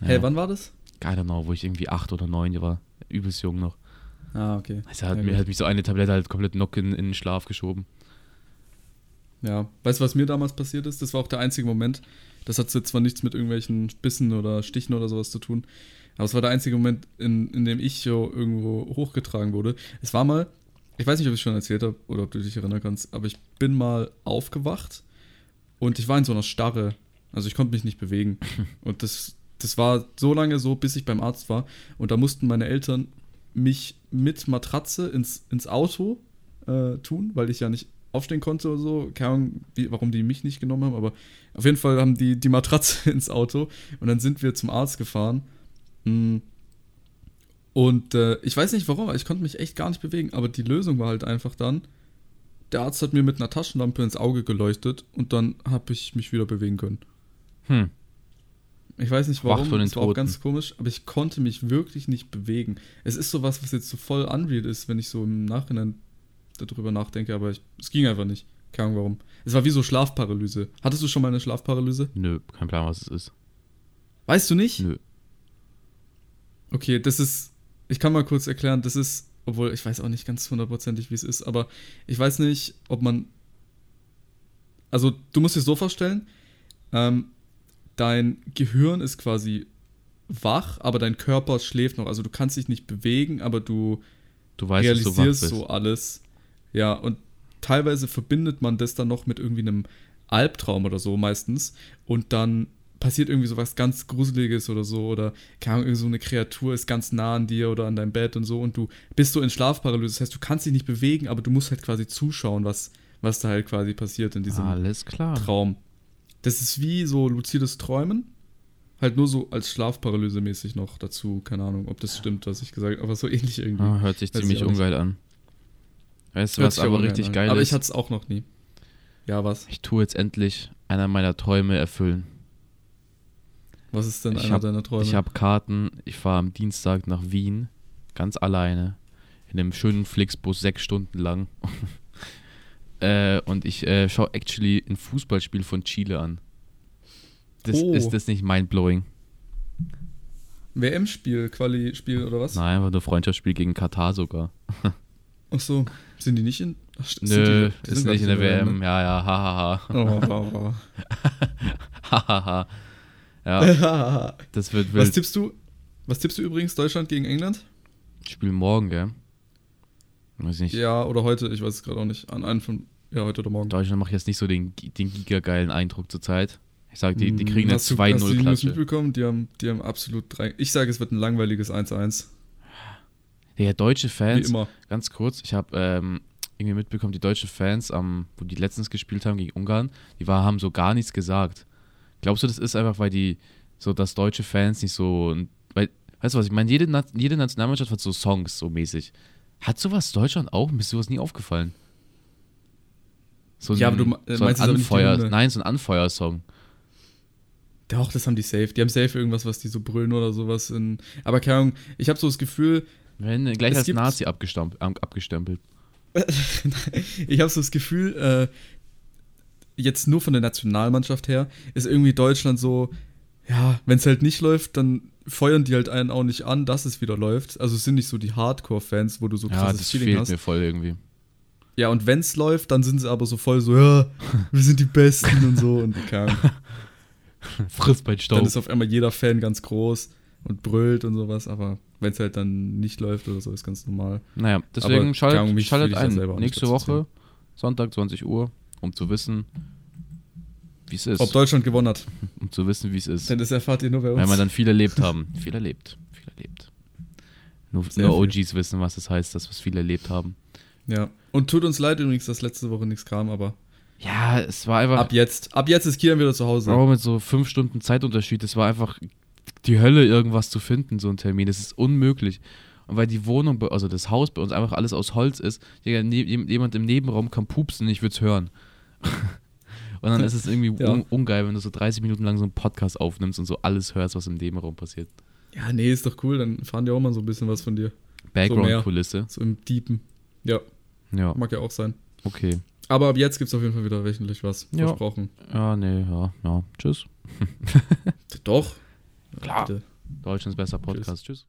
[SPEAKER 2] Ja,
[SPEAKER 1] Hey, wann war das?
[SPEAKER 2] I don't know, wo ich irgendwie acht oder neun war. Übelst jung noch.
[SPEAKER 1] Ah, okay.
[SPEAKER 2] Also hat,
[SPEAKER 1] Ja,
[SPEAKER 2] mir,
[SPEAKER 1] gut.
[SPEAKER 2] hat mich so eine Tablette halt komplett knock in, in den Schlaf geschoben.
[SPEAKER 1] Ja, weißt du, was mir damals passiert ist? Das war auch der einzige Moment. Das hat jetzt zwar nichts mit irgendwelchen Bissen oder Stichen oder sowas zu tun, aber es war der einzige Moment, in, in dem ich so irgendwo hochgetragen wurde. Es war mal, ich weiß nicht, ob ich es schon erzählt habe oder ob du dich erinnern kannst, aber ich bin mal aufgewacht und ich war in so einer Starre. Also ich konnte mich nicht bewegen. Und das, das war so lange so, bis ich beim Arzt war. Und da mussten meine Eltern mich mit Matratze ins, ins Auto äh, tun, weil ich ja nicht aufstehen konnte oder so. Keine Ahnung, wie, warum die mich nicht genommen haben, aber auf jeden Fall haben die die Matratze [LAUGHS] ins Auto und dann sind wir zum Arzt gefahren. Mm. Und äh, ich weiß nicht warum, aber ich konnte mich echt gar nicht bewegen, aber die Lösung war halt einfach dann, der Arzt hat mir mit einer Taschenlampe ins Auge geleuchtet und dann habe ich mich wieder bewegen können.
[SPEAKER 2] Hm.
[SPEAKER 1] Ich weiß nicht
[SPEAKER 2] Wach
[SPEAKER 1] warum,
[SPEAKER 2] von den
[SPEAKER 1] es war auch
[SPEAKER 2] Toten.
[SPEAKER 1] ganz komisch, aber ich konnte mich wirklich nicht bewegen. Es ist sowas, was jetzt so voll unreal ist, wenn ich so im Nachhinein darüber nachdenke, aber ich, es ging einfach nicht. Keine Ahnung warum. Es war wie so Schlafparalyse. Hattest du schon mal eine Schlafparalyse?
[SPEAKER 2] Nö, kein Plan, was es ist.
[SPEAKER 1] Weißt du nicht?
[SPEAKER 2] Nö.
[SPEAKER 1] Okay, das ist. Ich kann mal kurz erklären, das ist, obwohl ich weiß auch nicht ganz hundertprozentig, wie es ist, aber ich weiß nicht, ob man. Also, du musst dir so vorstellen, ähm, dein Gehirn ist quasi wach, aber dein Körper schläft noch. Also, du kannst dich nicht bewegen, aber du
[SPEAKER 2] Du weißt, dass du wach
[SPEAKER 1] realisierst
[SPEAKER 2] bist.
[SPEAKER 1] so alles. Ja, und teilweise verbindet man das dann noch mit irgendwie einem Albtraum oder so meistens. Und dann passiert irgendwie sowas ganz Gruseliges oder so. Oder keine Ahnung, irgend so eine Kreatur ist ganz nah an dir oder an deinem Bett und so. Und du bist so in Schlafparalyse. Das heißt, du kannst dich nicht bewegen, aber du musst halt quasi zuschauen, was, was da halt quasi passiert in diesem
[SPEAKER 2] Alles klar.
[SPEAKER 1] Traum. Das ist wie so luzides Träumen. Halt nur so als Schlafparalyse mäßig noch dazu. Keine Ahnung, ob das stimmt, was ich gesagt habe, aber so ähnlich irgendwie.
[SPEAKER 2] Ah, hört sich
[SPEAKER 1] Weiß
[SPEAKER 2] ziemlich
[SPEAKER 1] ich auch nicht.
[SPEAKER 2] ungeil an. Weißt du,
[SPEAKER 1] Hört
[SPEAKER 2] was
[SPEAKER 1] sich auch
[SPEAKER 2] aber
[SPEAKER 1] geil
[SPEAKER 2] richtig
[SPEAKER 1] an.
[SPEAKER 2] geil
[SPEAKER 1] Aber
[SPEAKER 2] ist?
[SPEAKER 1] ich hatte es auch noch nie. Ja, was?
[SPEAKER 2] ich tue jetzt endlich einer meiner Träume erfüllen.
[SPEAKER 1] Was ist denn
[SPEAKER 2] Ich
[SPEAKER 1] einer
[SPEAKER 2] hab-
[SPEAKER 1] deiner Träume?
[SPEAKER 2] Ich habe Karten. Ich fahre am Dienstag nach Wien, ganz alleine, in einem schönen Flixbus, sechs Stunden lang. [LAUGHS] äh, und ich äh, schaue actually ein Fußballspiel von Chile an. Das,
[SPEAKER 1] Oh.
[SPEAKER 2] Ist das nicht mindblowing?
[SPEAKER 1] WM-Spiel, Quali-Spiel oder was?
[SPEAKER 2] Nein, einfach nur Freundschaftsspiel gegen Katar sogar.
[SPEAKER 1] Ach so, sind die nicht in? Ach, st- sind
[SPEAKER 2] Nö,
[SPEAKER 1] die- die
[SPEAKER 2] ist
[SPEAKER 1] sind gar
[SPEAKER 2] nicht in der WM.
[SPEAKER 1] ne?
[SPEAKER 2] Ja, ja, [LAUGHS] hahaha.
[SPEAKER 1] Oh, wow, wow.
[SPEAKER 2] Hahaha. ja, [LAUGHS] das wird
[SPEAKER 1] was
[SPEAKER 2] wild.
[SPEAKER 1] tippst du? Was tippst du übrigens? Deutschland gegen England?
[SPEAKER 2] Spiel morgen, gell? Weiß nicht.
[SPEAKER 1] Ja, oder heute? Ich weiß es gerade auch nicht. An einem von. Ja, heute oder morgen.
[SPEAKER 2] Deutschland macht jetzt nicht so den, den gigageilen Eindruck zurzeit. Ich sag, die, die kriegen eine
[SPEAKER 1] Hm, Hast du- hast du die News
[SPEAKER 2] 2-0-Klatsche.
[SPEAKER 1] mitbekommen? Die haben, die haben absolut drei. Ich sage, es wird ein langweiliges 1-1.
[SPEAKER 2] Ja, deutsche
[SPEAKER 1] Wie
[SPEAKER 2] Fans,
[SPEAKER 1] immer.
[SPEAKER 2] ganz kurz, ich habe ähm, irgendwie mitbekommen, die deutschen Fans, am, wo die letztens gespielt haben gegen Ungarn, die war, haben so gar nichts gesagt. Glaubst du, das ist einfach, weil die, so, dass deutsche Fans nicht so, weil, weißt du was, ich meine, jede, Na- jede Nationalmannschaft hat so Songs, so mäßig. Hat sowas Deutschland auch? Mir ist sowas nie aufgefallen. So
[SPEAKER 1] Ja, aber du me-
[SPEAKER 2] so ein
[SPEAKER 1] meinst jetzt aber nicht die
[SPEAKER 2] Anfeuer,
[SPEAKER 1] Hymne?
[SPEAKER 2] nein, so ein Anfeuersong.
[SPEAKER 1] Doch, das haben die safe. Die haben safe irgendwas, was die so brüllen oder sowas. In, aber keine Ahnung, ich habe so das Gefühl,
[SPEAKER 2] Wenn äh, gleich
[SPEAKER 1] Es
[SPEAKER 2] als
[SPEAKER 1] gibt-
[SPEAKER 2] Nazi abgestamp- ab- abgestempelt.
[SPEAKER 1] [LAUGHS] ich habe so das Gefühl, äh, jetzt nur von der Nationalmannschaft her, ist irgendwie Deutschland so, ja, wenn es halt nicht läuft, dann feuern die halt einen auch nicht an, dass es wieder läuft. Also es sind nicht so die Hardcore-Fans, wo du so
[SPEAKER 2] Ja,
[SPEAKER 1] krasses
[SPEAKER 2] das
[SPEAKER 1] Feeling
[SPEAKER 2] fehlt
[SPEAKER 1] hast.
[SPEAKER 2] mir voll
[SPEAKER 1] [LAUGHS]
[SPEAKER 2] irgendwie.
[SPEAKER 1] Ja, und wenn es läuft, dann sind sie aber so voll so, ja, wir sind die Besten und so.
[SPEAKER 2] [LAUGHS]
[SPEAKER 1] Und keine Ahnung.
[SPEAKER 2] Fritz bei Staub.
[SPEAKER 1] dann ist auf einmal jeder Fan ganz groß und brüllt und sowas, aber wenn es halt dann nicht läuft oder so, ist ganz normal.
[SPEAKER 2] Naja,
[SPEAKER 1] keine
[SPEAKER 2] deswegen
[SPEAKER 1] Ahnung,
[SPEAKER 2] schaltet,
[SPEAKER 1] mich
[SPEAKER 2] schaltet
[SPEAKER 1] fühl ich dann
[SPEAKER 2] ein.
[SPEAKER 1] selber auch nicht
[SPEAKER 2] Nächste
[SPEAKER 1] dazu
[SPEAKER 2] Woche, Sonntag, 20 Uhr, um zu wissen, wie es
[SPEAKER 1] Ob
[SPEAKER 2] ist.
[SPEAKER 1] Deutschland gewonnen hat,
[SPEAKER 2] Um zu wissen, wie es ist.
[SPEAKER 1] denn das erfahrt ihr nur bei uns.
[SPEAKER 2] Weil wir dann viel erlebt haben. Viel erlebt. Viel erlebt. Nur,
[SPEAKER 1] Sehr
[SPEAKER 2] nur
[SPEAKER 1] viel.
[SPEAKER 2] OGs wissen, was das heißt, dass wir viel erlebt haben.
[SPEAKER 1] ja. Und tut uns leid übrigens, dass letzte Woche nichts kam, aber
[SPEAKER 2] Ja, es war einfach.
[SPEAKER 1] ab jetzt, ab jetzt ist Kieran wieder zu Hause.
[SPEAKER 2] Bro, mit so fünf Stunden Zeitunterschied, es war einfach die Hölle, irgendwas zu finden, so ein Termin. Das ist unmöglich. Und weil die Wohnung, bei- also das Haus bei uns einfach alles aus Holz ist, Digga, ne, jem- jemand im Nebenraum kann pupsen, ich würde es hören. [LAUGHS] und dann ist es irgendwie
[SPEAKER 1] Ja.
[SPEAKER 2] un ungeil, wenn du so 30 Minuten lang so einen Podcast aufnimmst und so alles hörst, was im Nebenraum passiert.
[SPEAKER 1] Ja, nee, ist doch cool, dann fahren die auch mal so ein bisschen was von dir. mehr.
[SPEAKER 2] Background-Kulisse.
[SPEAKER 1] So im Deepen. Ja,
[SPEAKER 2] Ja,
[SPEAKER 1] mag ja auch sein.
[SPEAKER 2] okay.
[SPEAKER 1] Aber ab jetzt gibt's auf jeden Fall wieder wöchentlich was.
[SPEAKER 2] Ja.
[SPEAKER 1] Versprochen.
[SPEAKER 2] Ja, nee, ja, ja. Tschüss.
[SPEAKER 1] Doch.
[SPEAKER 2] Klar.
[SPEAKER 1] Bitte.
[SPEAKER 2] Deutschlands bester Podcast. Tschüss.